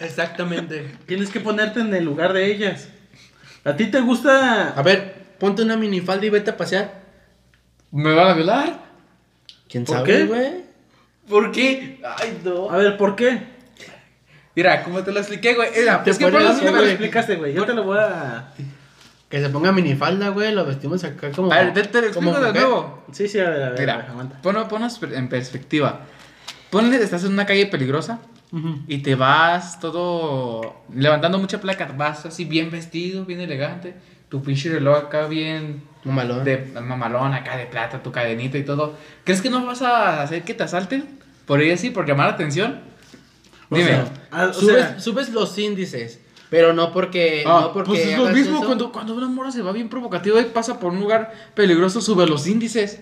S5: Exactamente.
S2: Tienes que ponerte en el lugar de ellas. ¿A ti te gusta?
S5: A ver, ponte una minifalda y vete a pasear.
S4: ¿Me van a violar?
S5: ¿Quién
S2: ¿Por
S5: sabe,
S2: qué?
S5: güey?
S4: ¿Por qué? Ay, no.
S2: A ver, ¿por qué?
S4: Mira, ¿cómo te lo expliqué, güey? Era,
S5: Te
S4: es que
S5: pones
S4: por
S2: A
S4: lo
S2: mí
S5: así,
S2: no me lo
S5: güey.
S2: explicaste, güey. Yo te lo voy a.
S5: Que se ponga minifalda, güey, lo vestimos acá como...
S4: A ver, te, te lo
S5: como
S4: explico de
S5: mujer.
S4: nuevo.
S2: Sí, sí, a ver, a ver. a ver,
S4: Mira,
S2: aguanta.
S4: ponlo, ponos per- en perspectiva. Ponle, estás en una calle peligrosa
S2: Ujú.
S4: y te vas todo levantando mucha placa. Vas así bien vestido, bien elegante. Tu pinche reloj acá bien
S5: Mamalón.
S4: de mamalón, acá de plata, tu cadenita y todo. ¿Crees que no vas a hacer que te asalten? Por ir así, por llamar la atención.
S2: O
S4: Dime.
S2: sea, ah, o
S5: subes,
S2: sea,
S5: subes los índices. Pero no porque.
S4: Ah,
S5: no porque
S4: pues es lo
S5: hagas
S4: mismo
S5: eso.
S4: cuando, cuando una mora se va bien provocativa y pasa por un lugar peligroso, sube los índices.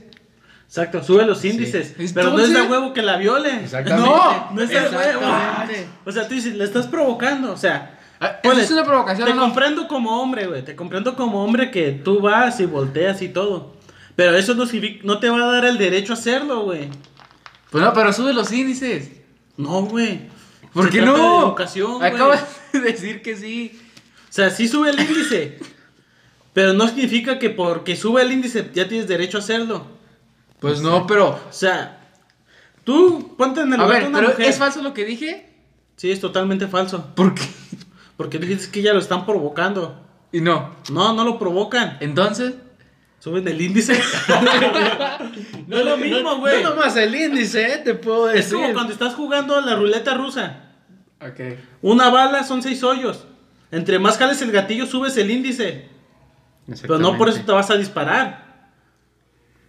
S2: Exacto, sube los índices.
S4: Sí.
S2: Pero no es de
S4: Entonces-
S2: huevo que la viole.
S5: Exactamente.
S2: No, no es de huevo.
S5: Exactamente.
S2: O sea, tú dices, le estás provocando. O sea,
S4: Ah, eso
S2: ponle,
S4: es una provocación,
S2: Te
S4: ¿no?
S2: comprendo como hombre, güey. Te comprendo como hombre que tú vas y volteas y todo. Pero eso no, signifi- no te va a dar el derecho a hacerlo, güey.
S4: Pues no, pero sube los índices.
S2: No, güey.
S4: ¿Por
S2: Se
S4: qué
S2: trata
S4: no?
S2: de educación, güey.
S4: Acabas <laughs> de decir que sí.
S2: O sea, sí sube el índice. pero no significa que porque sube el índice ya tienes derecho a hacerlo.
S4: Pues no, pero.
S2: O sea, tú ponte en el
S4: A
S2: lugar de
S4: ver,
S2: una
S4: pero
S2: mujer.
S4: ¿es falso lo que dije?
S2: Sí, es totalmente falso.
S4: ¿Por qué?
S2: Porque tú dices que ya lo están provocando.
S4: Y no.
S2: No, no lo provocan.
S4: Entonces.
S2: Suben el índice. <laughs> no es lo mismo, güey.
S5: No nomás el índice, eh, te puedo decir.
S2: es como cuando estás jugando a la ruleta rusa.
S4: Ok.
S2: Una bala son seis hoyos. Entre más jales el gatillo, subes el índice. Pero no por eso te vas a disparar.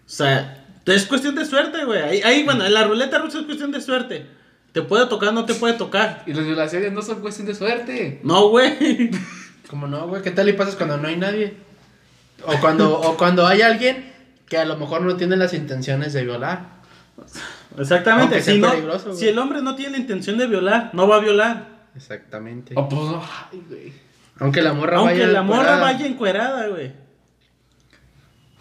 S2: O sea, es cuestión de suerte, güey. Ahí, ahí, bueno, en la ruleta rusa es cuestión de suerte. Te puede tocar, no te puede tocar.
S4: Y las violaciones no son cuestión de suerte.
S2: No, güey.
S5: Como no, güey, ¿qué tal y pasas cuando no hay nadie? O
S2: <laughs>
S5: cuando, o cuando hay alguien que a lo mejor no tiene las intenciones de violar.
S2: Exactamente.
S5: Aunque sea
S2: Si, no-
S5: peligroso, güey.
S2: si el hombre no tiene la intención de violar, no va a violar.
S5: Exactamente.
S4: Oh, pues no. Ay, güey.
S5: Aunque la morra
S2: Aunque
S5: vaya.
S2: la morra
S5: parada.
S2: vaya encuerada, güey.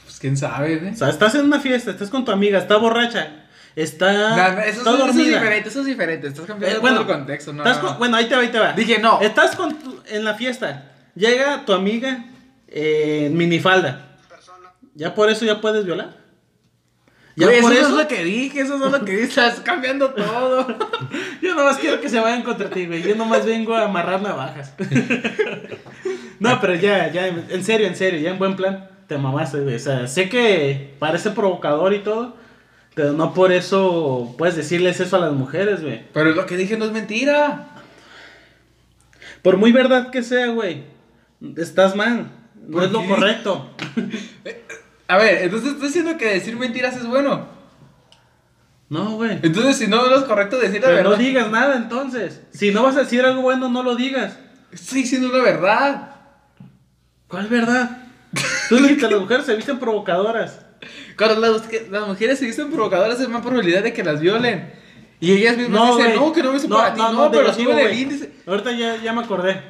S4: Pues quién sabe, ¿eh?
S2: O sea, estás en una fiesta, estás con tu amiga, está borracha, Ah, está,
S4: No, no, eso,
S2: está
S4: es- eso es
S2: dormida.
S4: diferente, eso es diferente. Estás cambiando
S2: Eh,
S4: todo
S2: bueno,
S4: el contexto, ¿no?
S2: estás
S4: no,
S2: con-
S4: no.
S2: bueno, ahí te va, ahí te va.
S4: Dije, no.
S2: Estás con tu- en la fiesta, llega tu amiga eh, en minifalda. Ya por eso ya puedes violar. Ya
S4: Güey,
S2: por
S4: eso,
S2: eso.
S4: no es lo que dije, eso no es lo que dije. Estás cambiando todo.
S2: Yo nomás quiero que se vayan contra ti, güey. Yo nomás vengo a amarrar navajas. <laughs> no, pero ya, ya, en serio, en serio, ya en buen plan, te mamaste, güey. O sea, sé que parece provocador y todo, pero no por eso puedes decirles eso a las mujeres, güey.
S4: Pero lo que dije no es mentira.
S2: Por muy verdad que sea, güey, estás mal. No
S4: ¿Por
S2: es lo
S4: qué?
S2: correcto.
S4: A ver, entonces estás diciendo que decir mentiras es bueno.
S2: No, güey.
S4: Entonces, si no es correcto decir la
S2: Pero no
S4: verdad,
S2: digas nada entonces. Si no vas a decir algo bueno, no lo digas.
S4: estoy diciendo la verdad.
S2: ¿Cuál verdad? Tú dijiste las mujeres se visten provocadoras.
S4: Cuando las, que las mujeres se dicen provocadoras, es más probabilidad de que las violen. Y ellas mismas
S2: No,
S4: dicen,
S2: güey.
S4: no, que no me hizo para ti. No, pero
S2: negativo,
S4: suben el
S2: güey.
S4: índice.
S2: Ahorita ya, ya me acordé.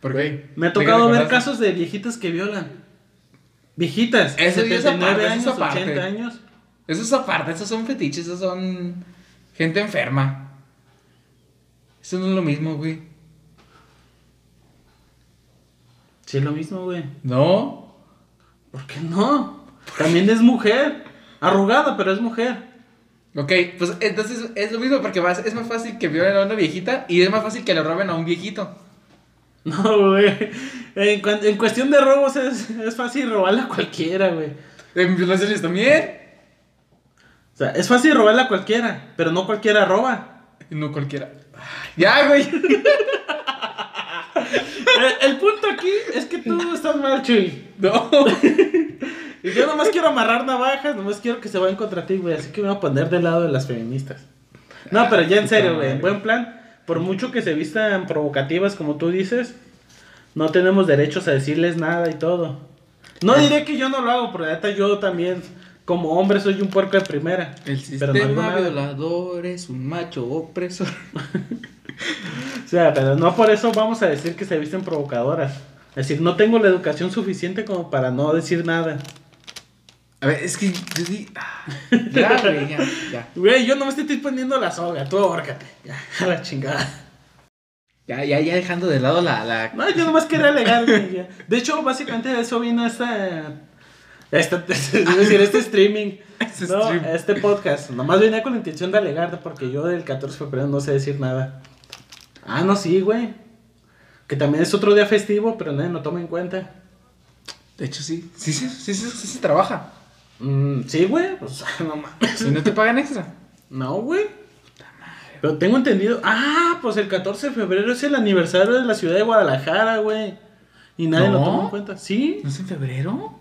S4: ¿Por qué?
S2: Me ha
S4: ¿De
S2: tocado
S4: qué
S2: ver
S4: recordaste?
S2: casos de viejitas que violan. Viejitas,
S4: Eso y esa
S2: 79
S4: parte, eso
S2: años,
S4: esa parte.
S2: 80 años.
S4: Eso es aparte, esos son fetiches, esos son gente enferma. Eso no es lo mismo, güey.
S2: Sí, es lo mismo, güey.
S4: No.
S2: ¿Por qué
S4: <laughs>
S2: no? También es mujer. Arrugada, pero es mujer. <laughs>
S4: Ok, pues entonces es lo mismo porque vas- es más fácil que violen a una viejita y es más fácil que le roben a un viejito.
S2: No, güey. En, cuan- en cuestión de robos es, es fácil robarla a cualquiera, güey.
S4: En violaciones también.
S2: O sea, es fácil robarla a cualquiera, pero no cualquiera roba. <laughs>
S4: No cualquiera. Ya, güey. <laughs>
S2: El, el punto aquí es que tú estás mal, Chuy.
S4: No.
S2: Y yo nomás quiero amarrar navajas, nomás quiero que se vayan contra ti, güey. Así que me voy a poner del lado de las feministas. No, pero ya en serio, güey. En buen plan, por mucho que se vistan provocativas, como tú dices, no tenemos derechos a decirles nada y todo. No diré que yo no lo hago, pero la neta yo también, como hombre, soy un puerco de primera.
S4: El
S2: Pero
S4: sistema
S2: no hago nada.
S4: violador es un macho opresor.
S2: O sea, pero no por eso vamos a decir que se visten provocadoras. Es decir, no tengo la educación suficiente como para no decir nada.
S4: A ver, es que yo di- ah, <laughs> Ya, güey, ya, ya.
S2: Güey, yo nomás te estoy poniendo la soga, tú ahórcate. Ya, <laughs> a la chingada.
S4: Ya, ya, ya dejando de lado la. la...
S2: No, yo nomás quería alegar. güey, ya. De hecho, básicamente de eso vino esta. Esta, <laughs> es decir, este streaming.
S4: <laughs> Este
S2: no,
S4: stream.
S2: este podcast. Nomás venía con la intención de alegar, porque yo del 14 de febrero no sé decir nada. Ah, no, sí, güey. Que también es otro día festivo, pero nadie lo toma en cuenta.
S4: De hecho, sí. Sí, sí, sí, sí, sí se trabaja.
S2: Mm, sí, güey, pues <laughs> no mames.
S4: Si no te pagan extra.
S2: No, güey. Pero tengo entendido. Ah, pues el 14 de febrero es el aniversario de la ciudad de Guadalajara, güey. Y nadie lo
S4: ¿No?
S2: toma en cuenta. Sí,
S4: ¿No es en febrero?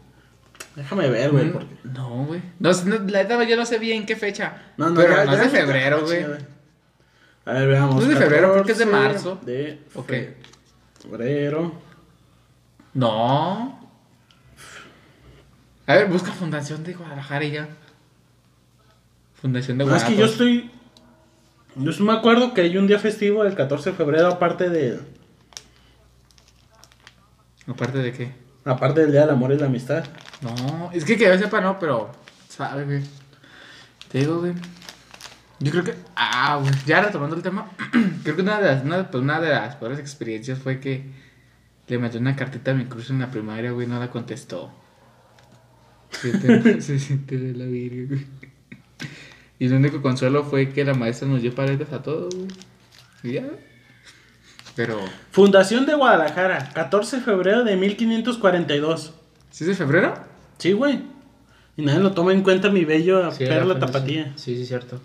S2: déjame ver, güey.
S4: Mm,
S2: porque-
S4: No, güey. No, sé, no, la neta, yo no sé bien qué fecha.
S2: No, no,
S4: pero
S2: ya-
S4: no
S2: ya
S4: es de
S2: está-
S4: febrero,
S2: sí,
S4: güey.
S2: A ver, veamos.
S4: No es de febrero, creo que es de marzo.
S2: De
S4: Ok.
S2: fe- Febrero.
S4: No. A ver, busca Fundación de Guadalajara y ya. Fundación de
S2: No, es
S4: Guadalajara.
S2: que yo estoy. Yo sí me acuerdo que hay un día festivo el 14 de febrero, aparte de.
S4: Aparte de qué.
S2: Aparte del Día del Amor y la Amistad.
S4: No, es que que yo sepa no, pero. Sabe, güey. Te digo, güey. Yo creo que. Ah, güey. Ya retomando el tema. <clears throat> creo que una de, las, una, pues, una de las peores experiencias fue que le mandé una cartita a mi cruz en la primaria, güey. No la contestó. Se siente- <laughs> Se siente de la virgen, güey. Y el único consuelo fue que la maestra nos dio paletas a todos, güey. Y ya. Pero.
S2: Fundación de Guadalajara, 14 de febrero de 1542.
S4: ¿Sí es de febrero?
S2: Sí, güey. Y nadie lo toma en cuenta mi bello
S5: Sí, era
S2: perla
S5: fundación.
S2: tapatía.
S5: Sí, sí, cierto.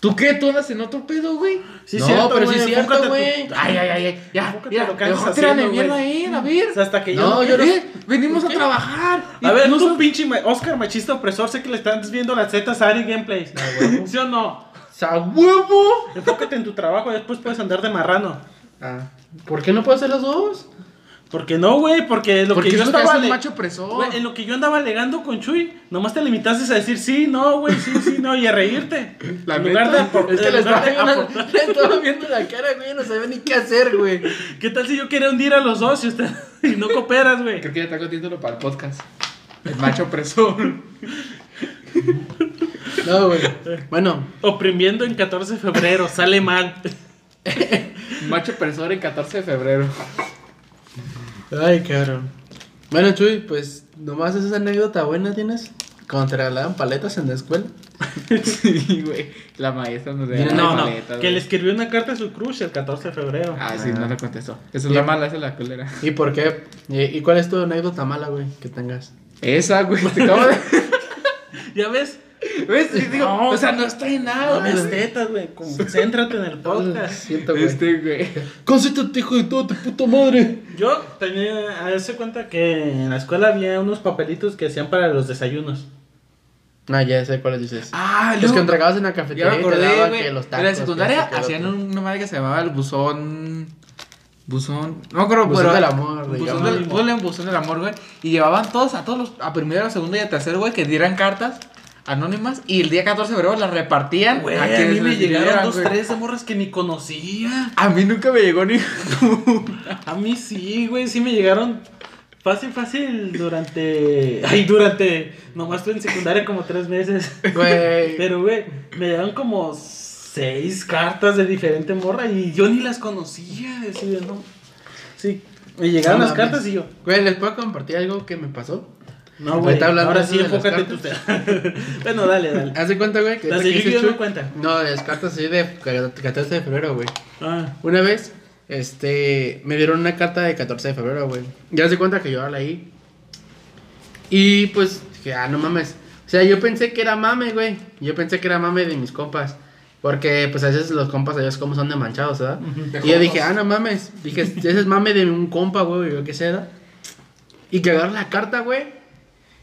S4: ¿Tú qué? ¿Tú andas en otro pedo, güey?
S2: Sí,
S5: No,
S2: cierto,
S5: pero sí
S2: güey,
S5: es cierto,
S2: enfócate
S5: güey.
S2: tu-
S4: Ay, ay, ay, ay, ya,
S2: Enfócate
S4: ya,
S2: lo que andas
S4: mejor tírale
S2: haciendo,
S4: mierda
S2: güey.
S4: ahí, a ver.
S2: O sea, hasta que yo.
S5: No, yo no-
S4: Eh, venimos a trabajar.
S2: A
S4: Y
S2: ver,
S4: no
S2: tú,
S4: son-
S2: pinche ma- Oscar machista opresor, sé que le estás viendo las zetas a Ari Gameplays. ¿Sí o no?
S5: ¡Sa huevo!
S2: Enfócate en tu trabajo, después puedes andar de marrano.
S5: Ah, ¿Por qué no puedo hacer
S2: <laughs>
S5: las dos?
S2: ¿Por qué no, güey? Porque lo
S4: Porque
S2: que yo
S4: eso te
S2: estaba.
S4: hace un
S2: ale-
S4: macho opresor.
S2: Güey, en lo que yo andaba alegando con Chuy, nomás te limitaste a decir sí, no, güey, sí, sí, no, y a reírte.
S4: La
S2: en lugar de
S4: neta,
S2: apor-
S5: Es que
S2: en
S5: le
S2: lugar
S5: estaba,
S2: de
S5: viendo, <laughs>
S2: aportar.
S5: le estaba viendo la cara, güey. No sabía ni qué hacer, güey.
S2: ¿Qué tal si yo quería hundir a los dos y, usted- <laughs> y no cooperas, güey?
S4: Creo que ya tengo título para el podcast. El macho opresor.
S5: No, güey. Bueno,
S2: Oprimiendo en 14 de febrero, sale mal.
S4: macho opresor en 14 de febrero. <laughs>
S5: Ay, cabrón. Bueno, Chuy, pues nomás esa anécdota buena tienes. Cuando te regalaban paletas en la escuela.
S4: Sí, güey. La maestra nos regaló
S2: No, no,
S4: paletas,
S2: que
S4: güey.
S2: le escribió una carta a su crush el 14 de febrero.
S4: Ah, sí, no la contestó. Esa es la mala, esa es la culera.
S5: ¿Y por qué? ¿Y, y cuál es tu anécdota mala, güey, que tengas?
S4: Esa, güey. Te acabo de... <laughs>
S2: ¿Ya ves?
S4: ¿Ves? Y digo,
S2: No.
S4: o sea, no está en
S2: No
S4: nada.
S2: ves tetas, güey, concéntrate en el podcast.
S5: <laughs> Siento, güey.
S4: este, güey.
S5: Concéntrate, hijo de toda tu puta madre.
S2: Yo tenía, a darse cuenta que en la escuela había unos papelitos que hacían para los desayunos.
S5: No, ya sé cuáles dices.
S4: Ah,
S5: los que
S4: luego-
S5: entregabas en la
S4: Ya
S5: cafetería
S4: me
S5: y te daban
S4: acordé, güey.
S5: que los
S4: En
S5: tacos.
S4: la
S5: que
S4: secundaria
S5: esto, que lo
S4: hacían
S5: otro.
S4: una madre que se llamaba el buzón. Buzón. No me acuerdo,
S5: Buzón
S4: pero.
S5: del amor,
S4: Buzón
S5: digamos.
S4: del, ponle un buzón del amor, güey. Y llevaban todos a todos los. A primero, a segundo y a tercero, güey, que dieran cartas anónimas. Y el día 14 de febrero las repartían.
S2: Güey, a,
S4: quienes
S2: mí me
S4: les
S2: llegaron
S4: dieran,
S2: dos,
S4: güey.
S2: tres de morras que ni conocía.
S4: A mí nunca me
S5: <laughs>
S4: llegó ni.
S2: A mí sí, güey, sí me llegaron fácil, fácil durante... <laughs> Ay, durante... Nomás estuve en secundaria como tres meses.
S5: Güey.
S2: Pero, güey, me llegaron como seis cartas de diferente morra y yo ni las conocía. Así de, no. Sí, me llegaron
S5: No
S2: las
S5: mames.
S2: cartas y yo...
S5: Güey, ¿les puedo compartir algo que me pasó?
S2: No, güey,
S5: Ahorita hablando
S2: ahora
S5: de eso
S2: sí
S5: de las
S2: enfócate tú. <laughs> bueno, dale, dale.
S4: Ah.
S5: Haz de cuenta, güey, que...
S2: Las
S5: ahorita
S2: de
S5: que
S2: Yu-Gi-Oh
S5: dices,
S2: no cuentan.
S5: No, las cartas así de 14 de febrero, güey.
S2: Ah,
S5: Una vez, este, me dieron una carta de 14 de febrero, güey. Ya se cuenta que yo la leí. Y pues, dije, ah, no mames. O sea, yo pensé que era mame, güey. Yo pensé que era mame de mis compas. Porque, pues, a veces los compas, ellos como son de manchados, ¿verdad? Y yo dije, ah, no mames. Dije, ese es mame de un compa, güey, yo qué sé, ¿verdad? Y que agarro la carta, güey.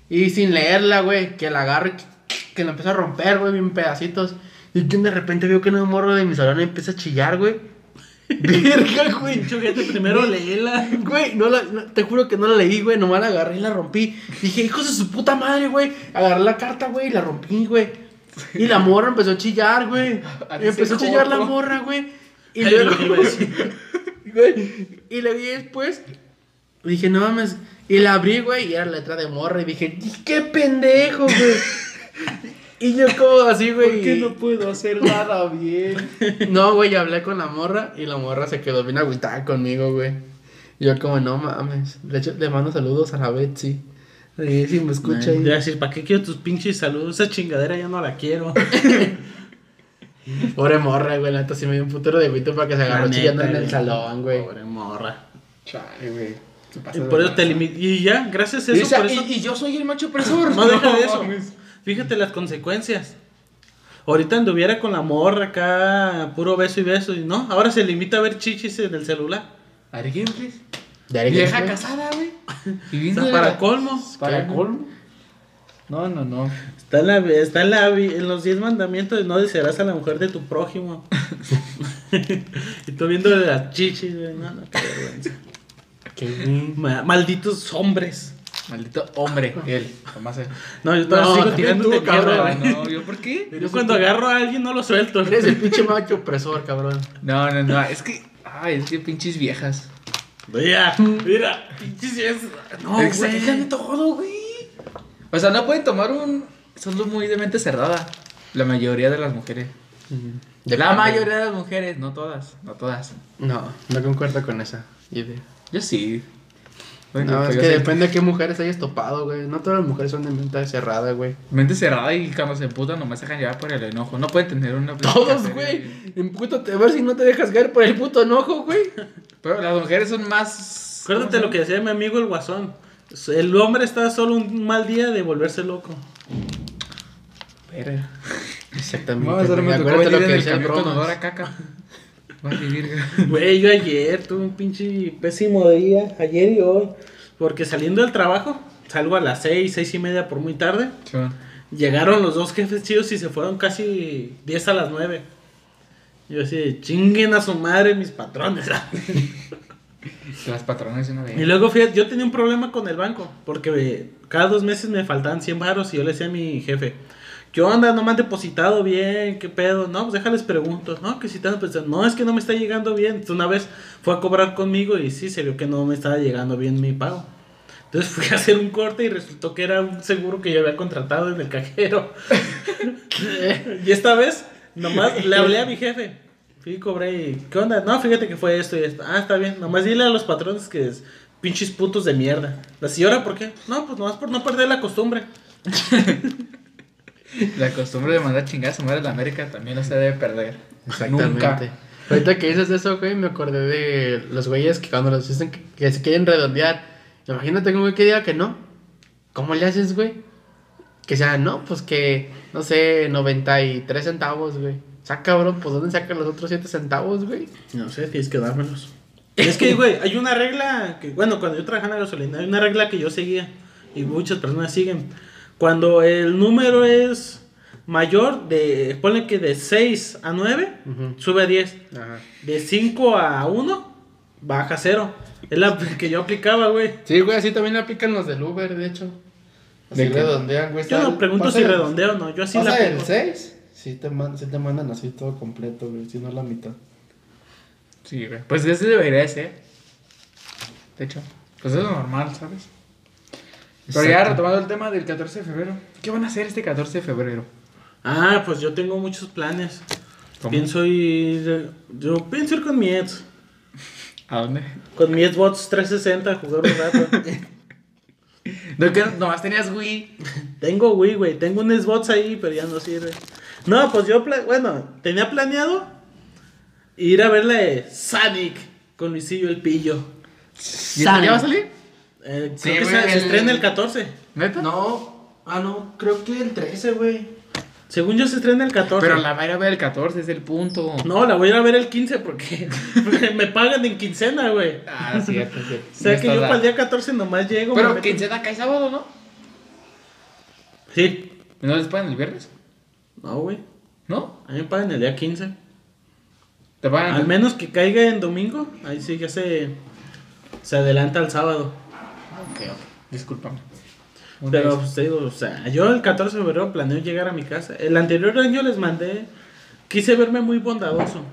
S5: Y sin leerla, güey, que la agarro y que, que la empiezo a romper, güey, en pedacitos. Y que de repente veo que un morro de mi salón empieza a chillar, güey.
S2: <laughs>
S5: Verga, güey.
S2: pinche juguete, primero léela.
S5: <laughs> Güey, no la, no- te juro que no la leí, güey. Nomás la agarré y la rompí. Dije, hijos de su puta madre, güey. Agarré la carta, güey, y la rompí, güey. Y la morra empezó a
S2: <laughs>
S5: chillar, güey.
S4: Así
S5: Y empezó a
S4: se
S5: chillar la
S4: cortó.
S5: morra, güey. Y
S2: Es
S5: luego,
S2: lo que iba a decir.
S5: <laughs> güey. Y le vi después. Dije, no mames. Y la abrí, güey, y era letra de morra. Y dije, "Y qué pendejo, güey.
S2: <laughs>
S5: y yo, como así, güey. y-
S4: puedo hacer nada bien?
S5: no, güey, hablé con la morra y la morra se quedó bien agüitada conmigo, güey. Yo como, no mames. De hecho, le mando saludos a la Betsy. Sí, si me
S2: Ay,
S5: escucha ahí.
S2: te iba a decir, ¿para qué quiero tus pinches saludos? Esa chingadera ya no la
S5: <laughs>
S2: quiero.
S5: Pobre morra, güey, la neta sí me dio un putero de agüito para que se agarró
S2: La
S5: chillando
S2: neta,
S5: en el
S2: güey.
S5: salón, güey.
S2: Pobre morra.
S4: Chale, güey. Se pasa
S2: Y
S4: de
S2: por eso
S4: lanza.
S2: te limi- Y ya, gracias a
S4: Y,
S2: eso,
S4: o sea,
S2: por eso-
S4: y- y yo soy el macho opresor.
S2: No, deja
S5: <laughs>
S2: de eso.
S4: mames.
S2: Fíjate las consecuencias. Ahorita anduviera con la morra acá, puro beso y beso, y no, ahora se limita a ver chichis en el celular.
S4: Ari Gameplays.
S5: De ahí,
S4: Vieja
S5: güey.
S4: casada, güey.
S2: O
S4: Viviendo
S2: sea,
S4: de
S2: para
S4: la-
S2: colmo.
S4: Para colmo. No, no, no.
S2: Está en, la, está en, la, en los 10 mandamientos de no desearás a la mujer de tu prójimo. <laughs> y tú viéndole las chichis, güey. No, no, qué vergüenza. Qué ma- malditos hombres.
S4: Maldito hombre, él. Nomás él.
S2: No, yo todavía
S5: No,
S2: sigo
S5: también
S2: tirando
S5: tú,
S2: de
S5: cabrón,
S2: mierda, güey.
S4: No, ¿yo por qué?
S2: Yo cuando agarro a alguien no lo suelto.
S5: Eres el pinche macho opresor, cabrón.
S4: No, no, no. Es que. Ay, es que pinches viejas.
S2: <laughs> <laughs> Mira, mira, pinches viejas. No,
S4: Es que se
S2: güey. <laughs>
S4: fijan de todo, güey. O sea, no pueden tomar un. Son muy de mente cerrada. La mayoría de las mujeres. la mayoría de las mujeres, no todas. No todas.
S5: No, no concuerdo con esa idea.
S4: Yo sí.
S5: no,
S4: pues
S5: es
S4: yo
S5: que
S4: soy
S5: depende de qué mujeres hayas topado, güey. No todas las mujeres son de mente cerrada, güey.
S4: Mente cerrada y cuando se emputan nomás se dejan llevar por el enojo. No pueden tener una. plática
S5: Todos,
S4: seria,
S5: güey. Empútate a ver si no te dejas caer por el puto enojo, güey.
S4: Pero las mujeres son más.
S2: Acuérdate lo que decía mi amigo el guasón. El hombre está solo un mal día de volverse loco.
S4: Espera.
S5: Exactamente.
S4: Vamos a
S5: güey.
S4: me tocó
S5: Acuérdate
S4: venir
S5: lo que
S4: en el
S5: decía el
S4: camión con
S5: Bromas.
S4: olor a caca. Vale, virga.
S2: Güey, yo ayer tuve un pinche pésimo día, ayer y hoy. Porque saliendo del trabajo, salgo a las seis, seis y media por muy tarde.
S4: Simón.
S2: Llegaron los dos jefes chidos y se fueron casi 10 a las 9. Yo así, de, chinguen a su madre mis patrones. <laughs>
S4: Las patronas de una
S2: y
S4: vez.
S2: luego fíjate, yo tenía un problema con el banco, porque eh, cada dos meses me faltaban 100 varos y yo le decía a mi jefe, ¿qué onda? ¿No me han depositado bien? ¿Qué pedo? No, pues déjales pregunto. No, que si te han depositado. No, es que no me está llegando bien. Entonces, una vez fue a cobrar conmigo y sí, se vio que no me estaba llegando bien mi pago. Entonces <laughs> fui a hacer un corte y resultó que era un seguro que yo había contratado en el cajero. Y esta vez, nomás <laughs> le hablé a mi jefe. Fui y cobré y, ¿qué onda? No, fíjate que fue esto y esto. Ah, está bien. Nomás dile a los patrones que es pinches putos de mierda. La señora, ¿por qué? No, pues nomás por no perder la costumbre.
S4: La costumbre de mandar chingar a su madre a la América también no se debe perder.
S5: Exactamente.
S4: Nunca.
S5: Ahorita que dices eso, güey, me acordé de los güeyes que cuando los dicen que, que se quieren redondear. Imagínate que un güey que diga que no. ¿Cómo le haces, güey? Que sea, no, pues que, no sé, 93 centavos, güey. O sea, cabrón, pues ¿dónde sacan los otros 7 centavos, güey?
S2: No sé, tienes que dármelos. Es que, güey, hay una regla que, bueno, cuando yo trabajaba en la gasolina, hay una regla que yo seguía y muchas personas siguen. Cuando el número es mayor, de, ponle que de 6 a 9,
S5: Ujú.
S2: sube a 10.
S5: Ajá.
S2: De 5 a 1, baja 0. Es la <laughs> que yo aplicaba, güey.
S5: Sí, güey, así también le aplican los del Uber, de hecho. Así
S4: ¿De qué?
S5: redondean, güey.
S2: Yo
S5: Sal-
S2: no pregunto
S5: pasa
S2: si
S5: el-
S2: redondeo o no, yo así la
S5: pasa el
S2: aplico.
S5: 6. Sí te, man- sí te mandan así todo completo, güey, si no la mitad.
S4: Sí, güey. Pues así debería de ser. De hecho, pues es lo normal, ¿sabes? Pero ya
S5: Exacto.
S4: retomando el tema del 14 de febrero. ¿Qué van a hacer este 14 de febrero?
S2: Ah, pues yo tengo muchos planes.
S4: ¿Cómo?
S2: Pienso ir. Yo pienso ir con mi ex.
S4: ¿A dónde?
S2: Con mi Xbox 360 a jugar un
S5: <laughs>
S2: rato.
S4: No, que nomás tenías Wii.
S2: Tengo Wii, güey. Tengo un Xbox ahí, pero ya no sirve. No, pues yo, pla- bueno, tenía planeado ir a verle Sonic con Luisillo el Pillo.
S4: ¿Y esto ya va a salir?
S2: Eh,
S4: Sí,
S2: creo que
S4: güey,
S2: se, se
S4: el-
S2: estrena el 14.
S4: ¿Neta?
S5: No, ah, no, creo que el 13, güey.
S2: Según yo se estrena el 14.
S4: Pero la va a ir a ver el 14, es el punto.
S2: No, la voy a ir a ver el 15 porque <laughs> me pagan en quincena, güey.
S4: Ah, cierto,
S2: <laughs>
S4: cierto.
S2: O sea que yo
S4: Estás
S2: para
S4: a-
S2: el día 14 nomás llego. me
S4: Pero
S2: meto-
S4: quincena cae sábado, ¿no?
S2: Sí.
S4: ¿No les pagan el viernes?
S2: No, güey.
S4: ¿No?
S2: A mí me pagan el día 15.
S4: Te pagan.
S2: Al menos que caiga en domingo. Ahí sí ya se, se adelanta al sábado.
S4: Ah, Ok, ok. Discúlpame. Una
S2: Pero
S4: disculpa.
S2: pues, te digo, o sea, yo el 14 de febrero planeo llegar a mi casa. El anterior año les mandé, quise verme muy bondadoso.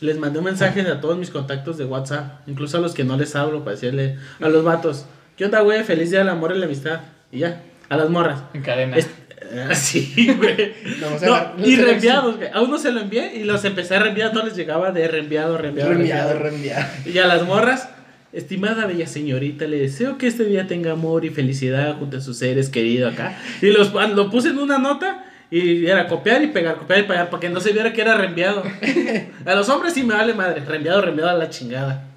S2: Les mandé mensajes a todos mis contactos de WhatsApp, incluso a los que no les hablo, para decirle a los vatos, ¿qué onda, güey? Feliz día del amor y la amistad. Y ya, a las morras.
S4: En cadena.
S2: Es- <laughs> Así, güey.
S5: Vamos a
S2: No,
S5: ver,
S2: y
S5: no sé.
S2: reenviados, güey. A uno se lo envié y los empecé a reenviar, a todos les llegaba de reenviado, reenviado, reenviado.
S5: Remiado, remiado.
S2: Y a las morras, estimada bella señorita, le deseo que este día tenga amor y felicidad junto a sus seres queridos acá. Y los, ah, lo puse en una nota y era copiar y pegar, copiar y pegar, para que no se viera que era reenviado. A los hombres sí me vale madre, reenviado, reenviado a la chingada.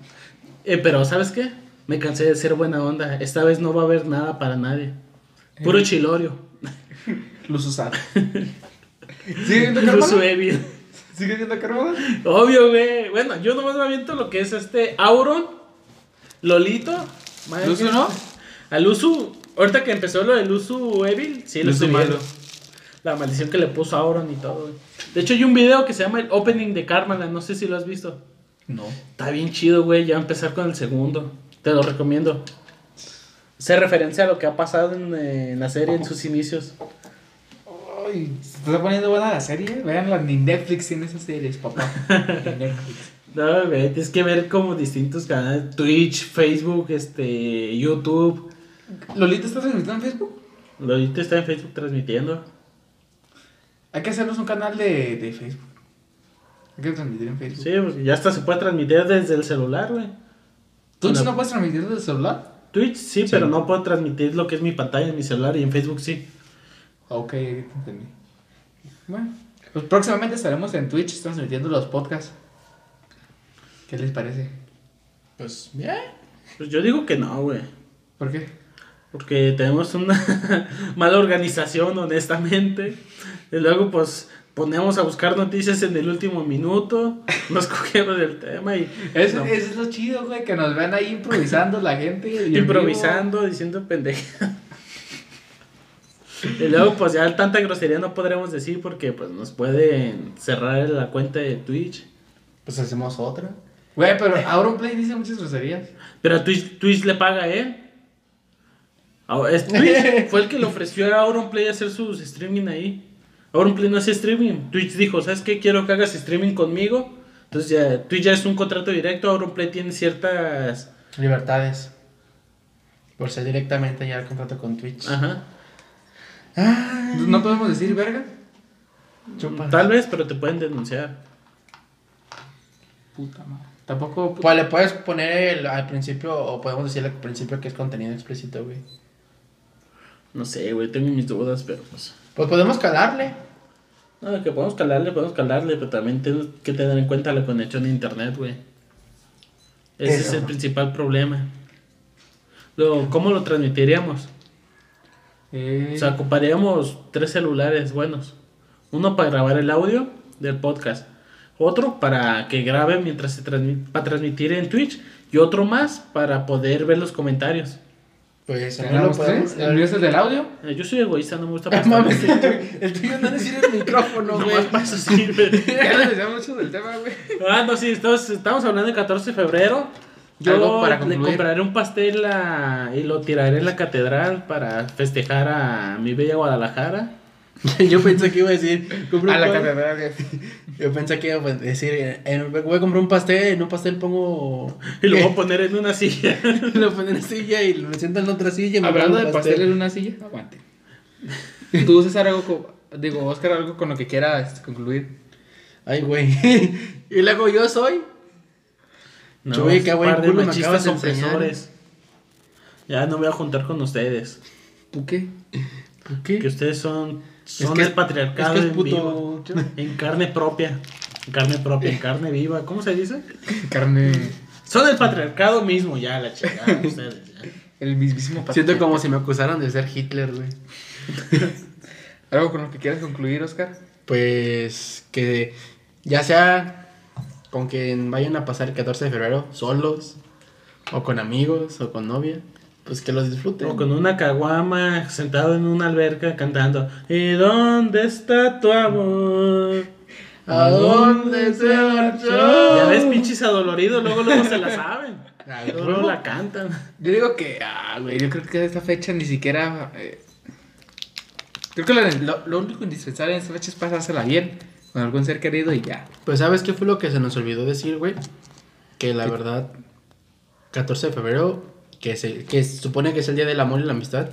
S2: Eh, pero, ¿sabes qué? Me cansé de ser buena onda. Esta vez no va a haber nada para nadie. Puro chilorio.
S4: Luz
S5: <laughs>
S4: usada. ¿Sigue viendo
S2: Puro
S4: Carmona?
S2: suevio.
S4: ¿Sigue viendo Carmona?
S2: Obvio, güey. Bueno, yo nomás me aviento lo que es este Auron, Lolito. madre
S4: ¿Luzu
S2: que-
S4: no?
S2: Al Usu, ahorita que empezó lo del Usu Evil, sí lo
S4: Luzu
S2: estoy viendo.
S4: malo.
S2: la maldición que le puso a Auron y todo, güey. De hecho, hay un video que se llama el opening de Carmela, no sé si lo has visto.
S4: No.
S2: Está bien chido, güey, ya empezar con el segundo. Te lo recomiendo. Se referencia a lo que ha pasado en, eh, en la serie en sus inicios.
S4: Ay, se está poniendo buena la serie. Veanla ni Netflix en esas series,
S2: <laughs>
S4: papá. Ni Netflix.
S2: No, güey, tienes que ver como distintos canales, Twitch, Facebook, este, YouTube.
S4: ¿Lolita está transmitiendo en Facebook?
S2: Lolito está en Facebook transmitiendo.
S4: Hay que hacernos un canal de, de Facebook. Hay que transmitir en Facebook.
S2: Sí, porque ya hasta se puede transmitir desde el celular, güey.
S4: ¿Tú
S2: Bueno.
S4: no puedes transmitir desde el celular?
S2: Twitch sí, pero no puedo transmitir lo que es mi pantalla en mi celular y en Facebook sí.
S4: Ok, ya te entendí. Bueno, pues próximamente estaremos en Twitch transmitiendo los podcasts. ¿Qué les parece?
S5: Pues bien.
S2: Pues yo digo que no, güey.
S4: ¿Por qué?
S2: Porque tenemos una <laughs> mala organización, honestamente. Y luego, pues, ponemos a buscar noticias en el último minuto. Nos <laughs> cogemos el tema y
S4: Es,
S2: no,
S4: es lo chido, güey, que nos vean ahí improvisando la gente. y en vivo.
S2: improvisando, diciendo pendeja. Y luego, pues ya tanta grosería no podremos decir porque pues nos pueden cerrar la cuenta de Twitch.
S5: Pues hacemos otra.
S4: Güey, pero Auron Play dice muchas groserías.
S2: Pero a Twitch, Twitch le paga a él. A- es-
S4: <laughs>
S2: Twitch fue el que le ofreció a Auronplay hacer sus streaming ahí. Auronplay no hace streaming. Twitch dijo, ¿sabes qué? Quiero que hagas streaming conmigo. Entonces ya, Twitch ya es un contrato directo. Auronplay tiene ciertas...
S5: Libertades. Por ser directamente ya el contrato con Twitch.
S2: Ajá.
S4: No podemos decir verga.
S5: Chupa.
S2: Tal vez, pero te pueden denunciar.
S4: Puta madre. Tampoco.
S5: Pues le puedes poner el- al principio, o podemos decirle al principio que es contenido explícito, güey.
S2: No sé, güey. Tengo mis dudas, pero pues...
S5: Pues podemos calarle.
S2: No, que podemos calarle, podemos calarle, pero también tenemos que tener en cuenta la conexión a internet, güey. Ese
S5: Eso.
S2: es el principal problema. Luego, ¿cómo lo transmitiríamos?
S4: Eh,
S2: O sea, ocuparíamos tres celulares buenos. Uno para grabar el audio del podcast. Otro para que grabe mientras se transmite, para transmitir en Twitch. Y otro más para poder ver los comentarios.
S5: Pues no lo
S4: ¿Tenemos
S5: podemos.
S4: tres? ¿El mío es el del audio?
S2: Eh, Yo soy egoísta, no me
S5: <laughs>
S2: gusta
S5: Ah,
S2: prestar.
S5: mames, el tuyo- el tuyo <laughs> no necesita el micrófono, güey.
S2: Nomás para eso
S5: <laughs>
S2: sirve.
S4: <laughs> Ya nos decíamos mucho del tema, güey.
S2: Ah, no, sí, estamos, estamos hablando del 14 de febrero. Yo
S4: Algo para
S2: le
S4: concluir.
S2: compraré un pastel a- y lo tiraré en la catedral para festejar a mi bella Guadalajara. <laughs>
S5: <laughs> Yo pensé que iba a decir. compra un
S4: A la
S5: pa-
S4: catedral, güey.
S5: Yo pensé que iba a decir. eh, eh, voy a comprar un pastel. En un pastel pongo.
S4: <laughs>
S2: Y lo voy a poner en una silla.
S5: <laughs> lo pongo en la silla y lo siento en la otra silla. y me
S4: Hablando
S5: pongo
S4: de
S5: un
S4: pastel en una silla, aguante. Tú, César, algo con- digo, Oscar, algo con lo que quieras concluir.
S5: Ay, güey. <laughs> y luego yo soy. Yo, oye, qué
S2: un
S5: buen
S2: par de
S5: culo me
S2: machistas
S5: acabas de enseñar.
S2: opresores. Ya no voy a juntar con ustedes.
S4: ¿Tú qué? <laughs>
S2: Que ustedes son, son
S5: que
S2: el
S5: es-
S2: patriarcado
S5: es que es
S2: en
S5: puto.
S2: vivo. En carne propia. En carne propia, en
S5: <laughs>
S2: carne viva. ¿Cómo se dice?
S4: Carne.
S2: Son el patriarcado mismo, ya, la
S5: <laughs>
S2: chingada. ustedes, ya.
S4: El mismísimo pastel.
S5: Siento como si me acusaran de ser Hitler, güey.
S4: Algo con lo que quieras concluir, Oscar.
S5: Pues que ya sea con que vayan a pasar el 14 de febrero solos, o con amigos, o con novia, pues que los disfruten.
S2: O con una caguama sentado en una alberca cantando ¿Y dónde está tu amor?
S5: ¿A dónde se marchó?
S2: Ya ves, pinches adoloridos, luego luego se la
S4: <laughs>
S2: saben.
S5: Ah,
S2: Luego luego la cantan.
S4: Yo digo que, ah, güey, yo creo que esta fecha ni siquiera. eh, creo que lo, lo- lo único indispensable en esta fecha es pasársela bien con algún ser querido y ya.
S5: Pues sabes qué fue lo que se nos olvidó decir, güey. Que la verdad, 14 de febrero, que se, que se supone que es el Día del Amor y la Amistad,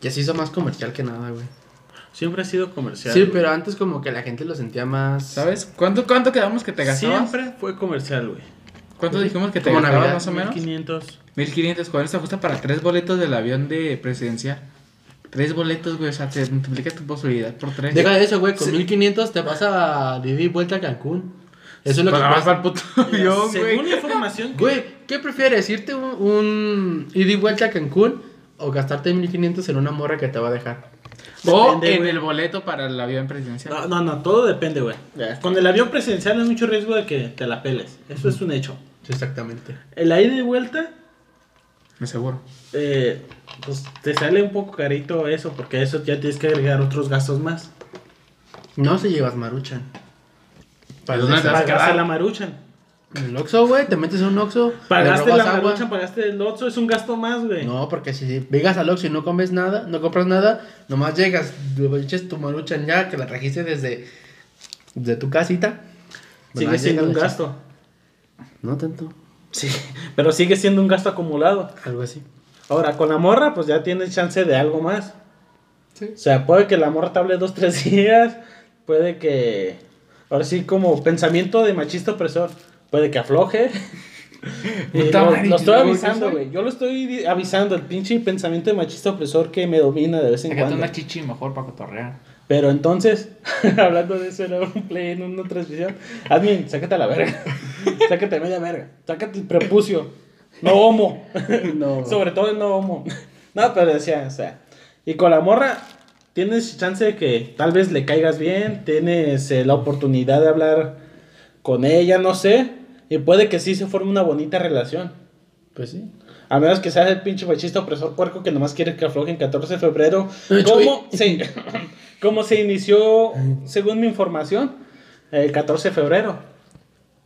S5: ya se hizo más comercial que nada, güey.
S2: Siempre ha sido comercial.
S5: Sí,
S2: güey.
S5: pero antes como que la gente lo sentía más...
S4: ¿Sabes? ¿Cuánto, cuánto quedamos que te gastabas?
S2: Siempre fue comercial, güey.
S4: ¿Cuánto dijimos que te
S5: Como
S4: gastabas
S5: Navidad,
S4: más o menos?
S2: 1500.
S4: 1500, joder, se ajusta para tres boletos del avión de presidencia. Tres boletos, güey, o sea, te multiplica tu posibilidad por tres.
S5: Deja de eso, güey, con 1500 te vas a vivir vuelta a Cancún. Eso es lo
S4: Para
S5: que
S4: bajar
S5: pasa.
S4: al
S5: <laughs>
S4: puto
S2: Mira,
S4: avión,
S2: Según
S4: güey.
S2: la información
S4: <laughs>
S2: que
S5: Güey, ¿qué prefieres? ¿Irte un, un ida y vuelta a Cancún o gastarte 1500 en una morra que te va a dejar?
S4: O
S2: Depende,
S4: en
S2: güey. Ah.
S4: el boleto para el avión presidencial.
S2: No, no, no, todo depende, güey. Con el avión presidencial hay mucho riesgo de que te la peles. Eso es un hecho.
S5: Sí, exactamente.
S2: El ida y vuelta
S4: Me seguro.
S2: eh, pues te sale un poco carito eso, porque eso ya tienes que agregar otros gastos más.
S5: No se llevas maruchan. Para
S2: ¿Dónde
S5: el
S2: Ah, te vas a
S5: desastre.
S2: quedar? la marucha.
S5: En el Oxxo, güey, te metes a un Oxxo. le
S2: Pagaste la pues,
S5: robas agua.
S2: marucha, pagaste el otro, es un gasto más, güey.
S5: No, porque si llegas al Oxxo y no comes nada, no compras nada, nomás llegas, le echas tu maruchan ya, que la trajiste desde, desde tu casita.
S2: sigue
S5: Nomás
S2: siendo un
S5: llegas, le echas-
S2: gasto.
S5: No tanto,
S2: Sí, <laughs> pero sigue siendo un gasto acumulado.
S5: algo así.
S2: Ahora, con la morra, pues ya tienes chance de algo más.
S5: Sí.
S2: O sea, puede que la morra te hable dos, tres días. Puede que. Ahora sí, como pensamiento de machista opresor. Puede que
S4: <laughs>
S2: afloje. Y
S4: Puta
S2: lo,
S4: madre,
S2: lo
S4: ¿y
S2: estoy
S4: luego qué
S2: avisando,
S4: soy?
S2: güey. Yo lo estoy di- avisando, el pinche pensamiento de machista opresor que me domina de vez en
S4: Sácate
S2: cuando.
S4: una chichi mejor para cotorrear.
S2: Pero entonces, <laughs> hablando de eso, era un play en una transmisión. Admin, sácate a la
S4: <laughs>
S2: verga. sácate a media verga. Sácate el prepucio. No homo.
S5: No.
S2: Sobre todo el no homo. <laughs> No, pero decía, o sea. Y con la morra, tienes chance de que tal vez le caigas bien. Tienes eh, la oportunidad de hablar con ella, no sé. Y puede que sí se forme una bonita relación.
S5: Pues sí.
S2: A menos que seas el pinche machista opresor puerco que nomás quiere que aflojen 14 de febrero.
S5: Ay,
S2: ¿Cómo se, <laughs> cómo se inició, según mi información, el 14 de febrero?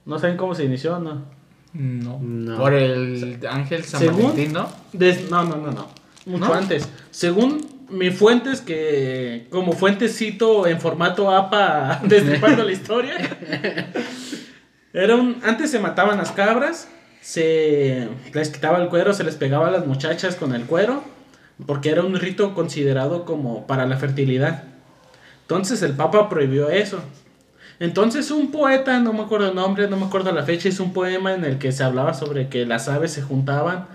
S2: No saben cómo se inició, ¿no?
S4: No.
S5: No.
S4: Por el ángel San
S2: Según-
S4: Valentín, ¿no?
S2: Des- no, no, no, no. Mucho
S4: ¿No?
S2: antes. Según mis fuentes, que como fuentes cito en formato APA <laughs> destripando la historia. Era un, antes se mataban las cabras, se les quitaba el cuero, se les pegaba a las muchachas con el cuero, porque era un rito considerado como para la fertilidad. Entonces el Papa prohibió eso. Entonces un poeta, no me acuerdo el nombre, no me acuerdo la fecha, hizo un poema en el que se hablaba sobre que las aves se juntaban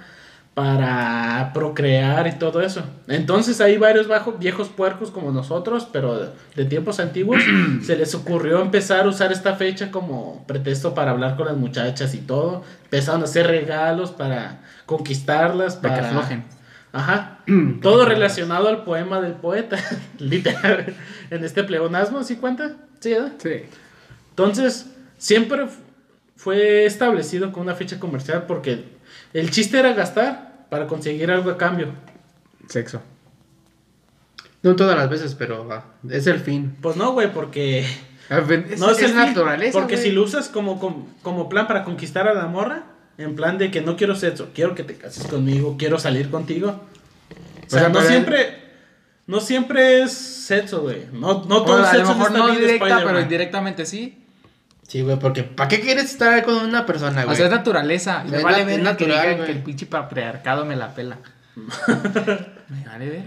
S2: para procrear y todo eso. Entonces hay varios bajo- viejos puercos como nosotros, pero de, de tiempos
S4: <clears throat>
S2: antiguos, se les ocurrió empezar a usar esta fecha como pretexto para hablar con las muchachas y todo. Empezaron a hacer regalos para conquistarlas, para,
S4: Para que aflojen.
S2: Ajá. Todo relacionado al poema del poeta, <laughs> literal. En este pleonasmo, ¿sí cuenta? Sí, ¿verdad?
S4: Sí.
S2: Entonces, siempre f- fue establecido con una fecha comercial porque el chiste era gastar para conseguir algo a cambio.
S4: Sexo.
S5: No todas las veces, pero va, es el fin.
S2: Pues no, güey, porque...
S4: No,
S2: No
S4: es,
S2: el fin,
S4: naturaleza.
S2: Porque
S4: güey.
S2: si lo usas como, como, como plan para conquistar a la morra, en plan de que no quiero sexo, quiero que te cases conmigo, quiero salir contigo. O sea,
S4: sea,
S2: no
S4: pero-
S2: siempre... No siempre es sexo, güey. No, no todo
S4: O a
S2: sexo
S4: lo mejor
S2: está
S4: no
S2: bien de
S4: directa,
S2: Spider-Man.
S4: pero indirectamente sí.
S5: Sí, güey, porque ¿para qué quieres estar con una persona, güey?
S4: O sea, Ah, es naturaleza. Me
S5: Es
S4: vale
S5: nat-
S4: ver
S5: es
S4: que
S5: natural,
S4: digan
S5: güey.
S4: que el pinche patriarcado me la <laughs> pela. me vale ver.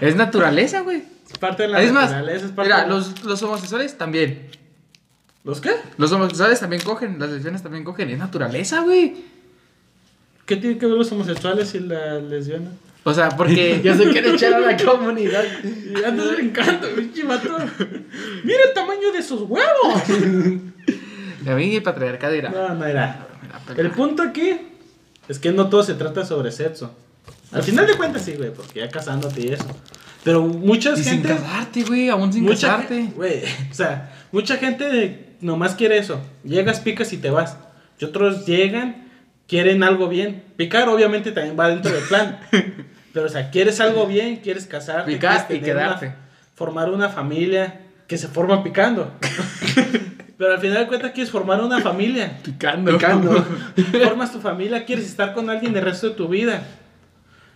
S4: Es naturaleza, güey.
S2: Es parte de la
S4: Es más,
S2: naturaleza, es parte
S4: mira,
S2: de-
S4: los, los homosexuales también.
S2: ¿Los qué?
S4: Los homosexuales también cogen, las lesbianas también cogen. Es naturaleza, güey.
S2: ¿Qué tiene que ver los homosexuales y la lesbiana?
S4: O sea,
S2: <laughs>
S4: porque.
S5: Ya se quiere echar a la comunidad.
S2: Y andas brincando, pinche vato. Mira el tamaño de sus huevos.
S4: <laughs> A mí el patriarcado dirá.
S2: No, no era.
S4: "Me la pela".
S2: El punto aquí es que no todo se trata sobre sexo. Al final de cuentas sí, güey, porque ya casándote y eso. Pero muchas
S4: Y sin
S2: gente
S4: casarte, güey, aún sin
S2: mucha
S4: casarte.
S2: gen- güey, <laughs> o sea, mucha gente nomás quiere eso. Llegas, picas y te vas. Y otros llegan, quieren algo bien. Picar obviamente también va dentro del
S4: <laughs>
S2: plan. Pero o sea, quieres algo bien, quieres casarte,
S4: Picar
S2: quieres
S4: y
S2: tener una-
S4: quedarte.
S2: formar una familia que se forma
S4: <laughs>
S2: picando. Pero al final de cuentas quieres formar una familia. <laughs>
S4: Picando.
S5: Picando.
S4: <laughs>
S2: Formas tu familia, quieres estar con alguien el resto de tu vida.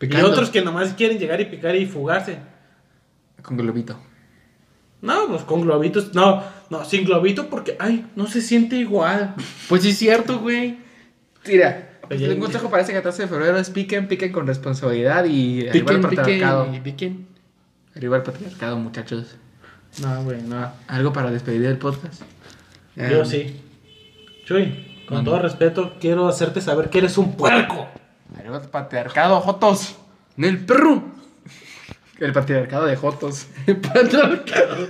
S5: Picando.
S2: Y otros que nomás quieren llegar y picar y fugarse.
S4: Con globito.
S2: No, pues con globitos. No, no, sin globito porque, ay, no se siente igual.
S5: Pues sí es cierto, güey.
S4: Tira.
S2: Oye,
S4: Un consejo para ese 14 de febrero es piquen, piquen con responsabilidad y arriba el
S5: Piquen, piquen, y
S4: patriarcado.
S5: piquen.
S4: Arriba el patriarcado, muchachos.
S2: <laughs> No, güey, no.
S4: ¿Algo para despedir del podcast?
S2: Yo
S5: Ah,
S2: sí. Chuy, con
S4: Mande.
S2: todo respeto, quiero hacerte saber que eres un puerco.
S4: Arriba el patriarcado, Jotos. No <laughs> el perro. El patriarcado de Jotos.
S5: patriarcado.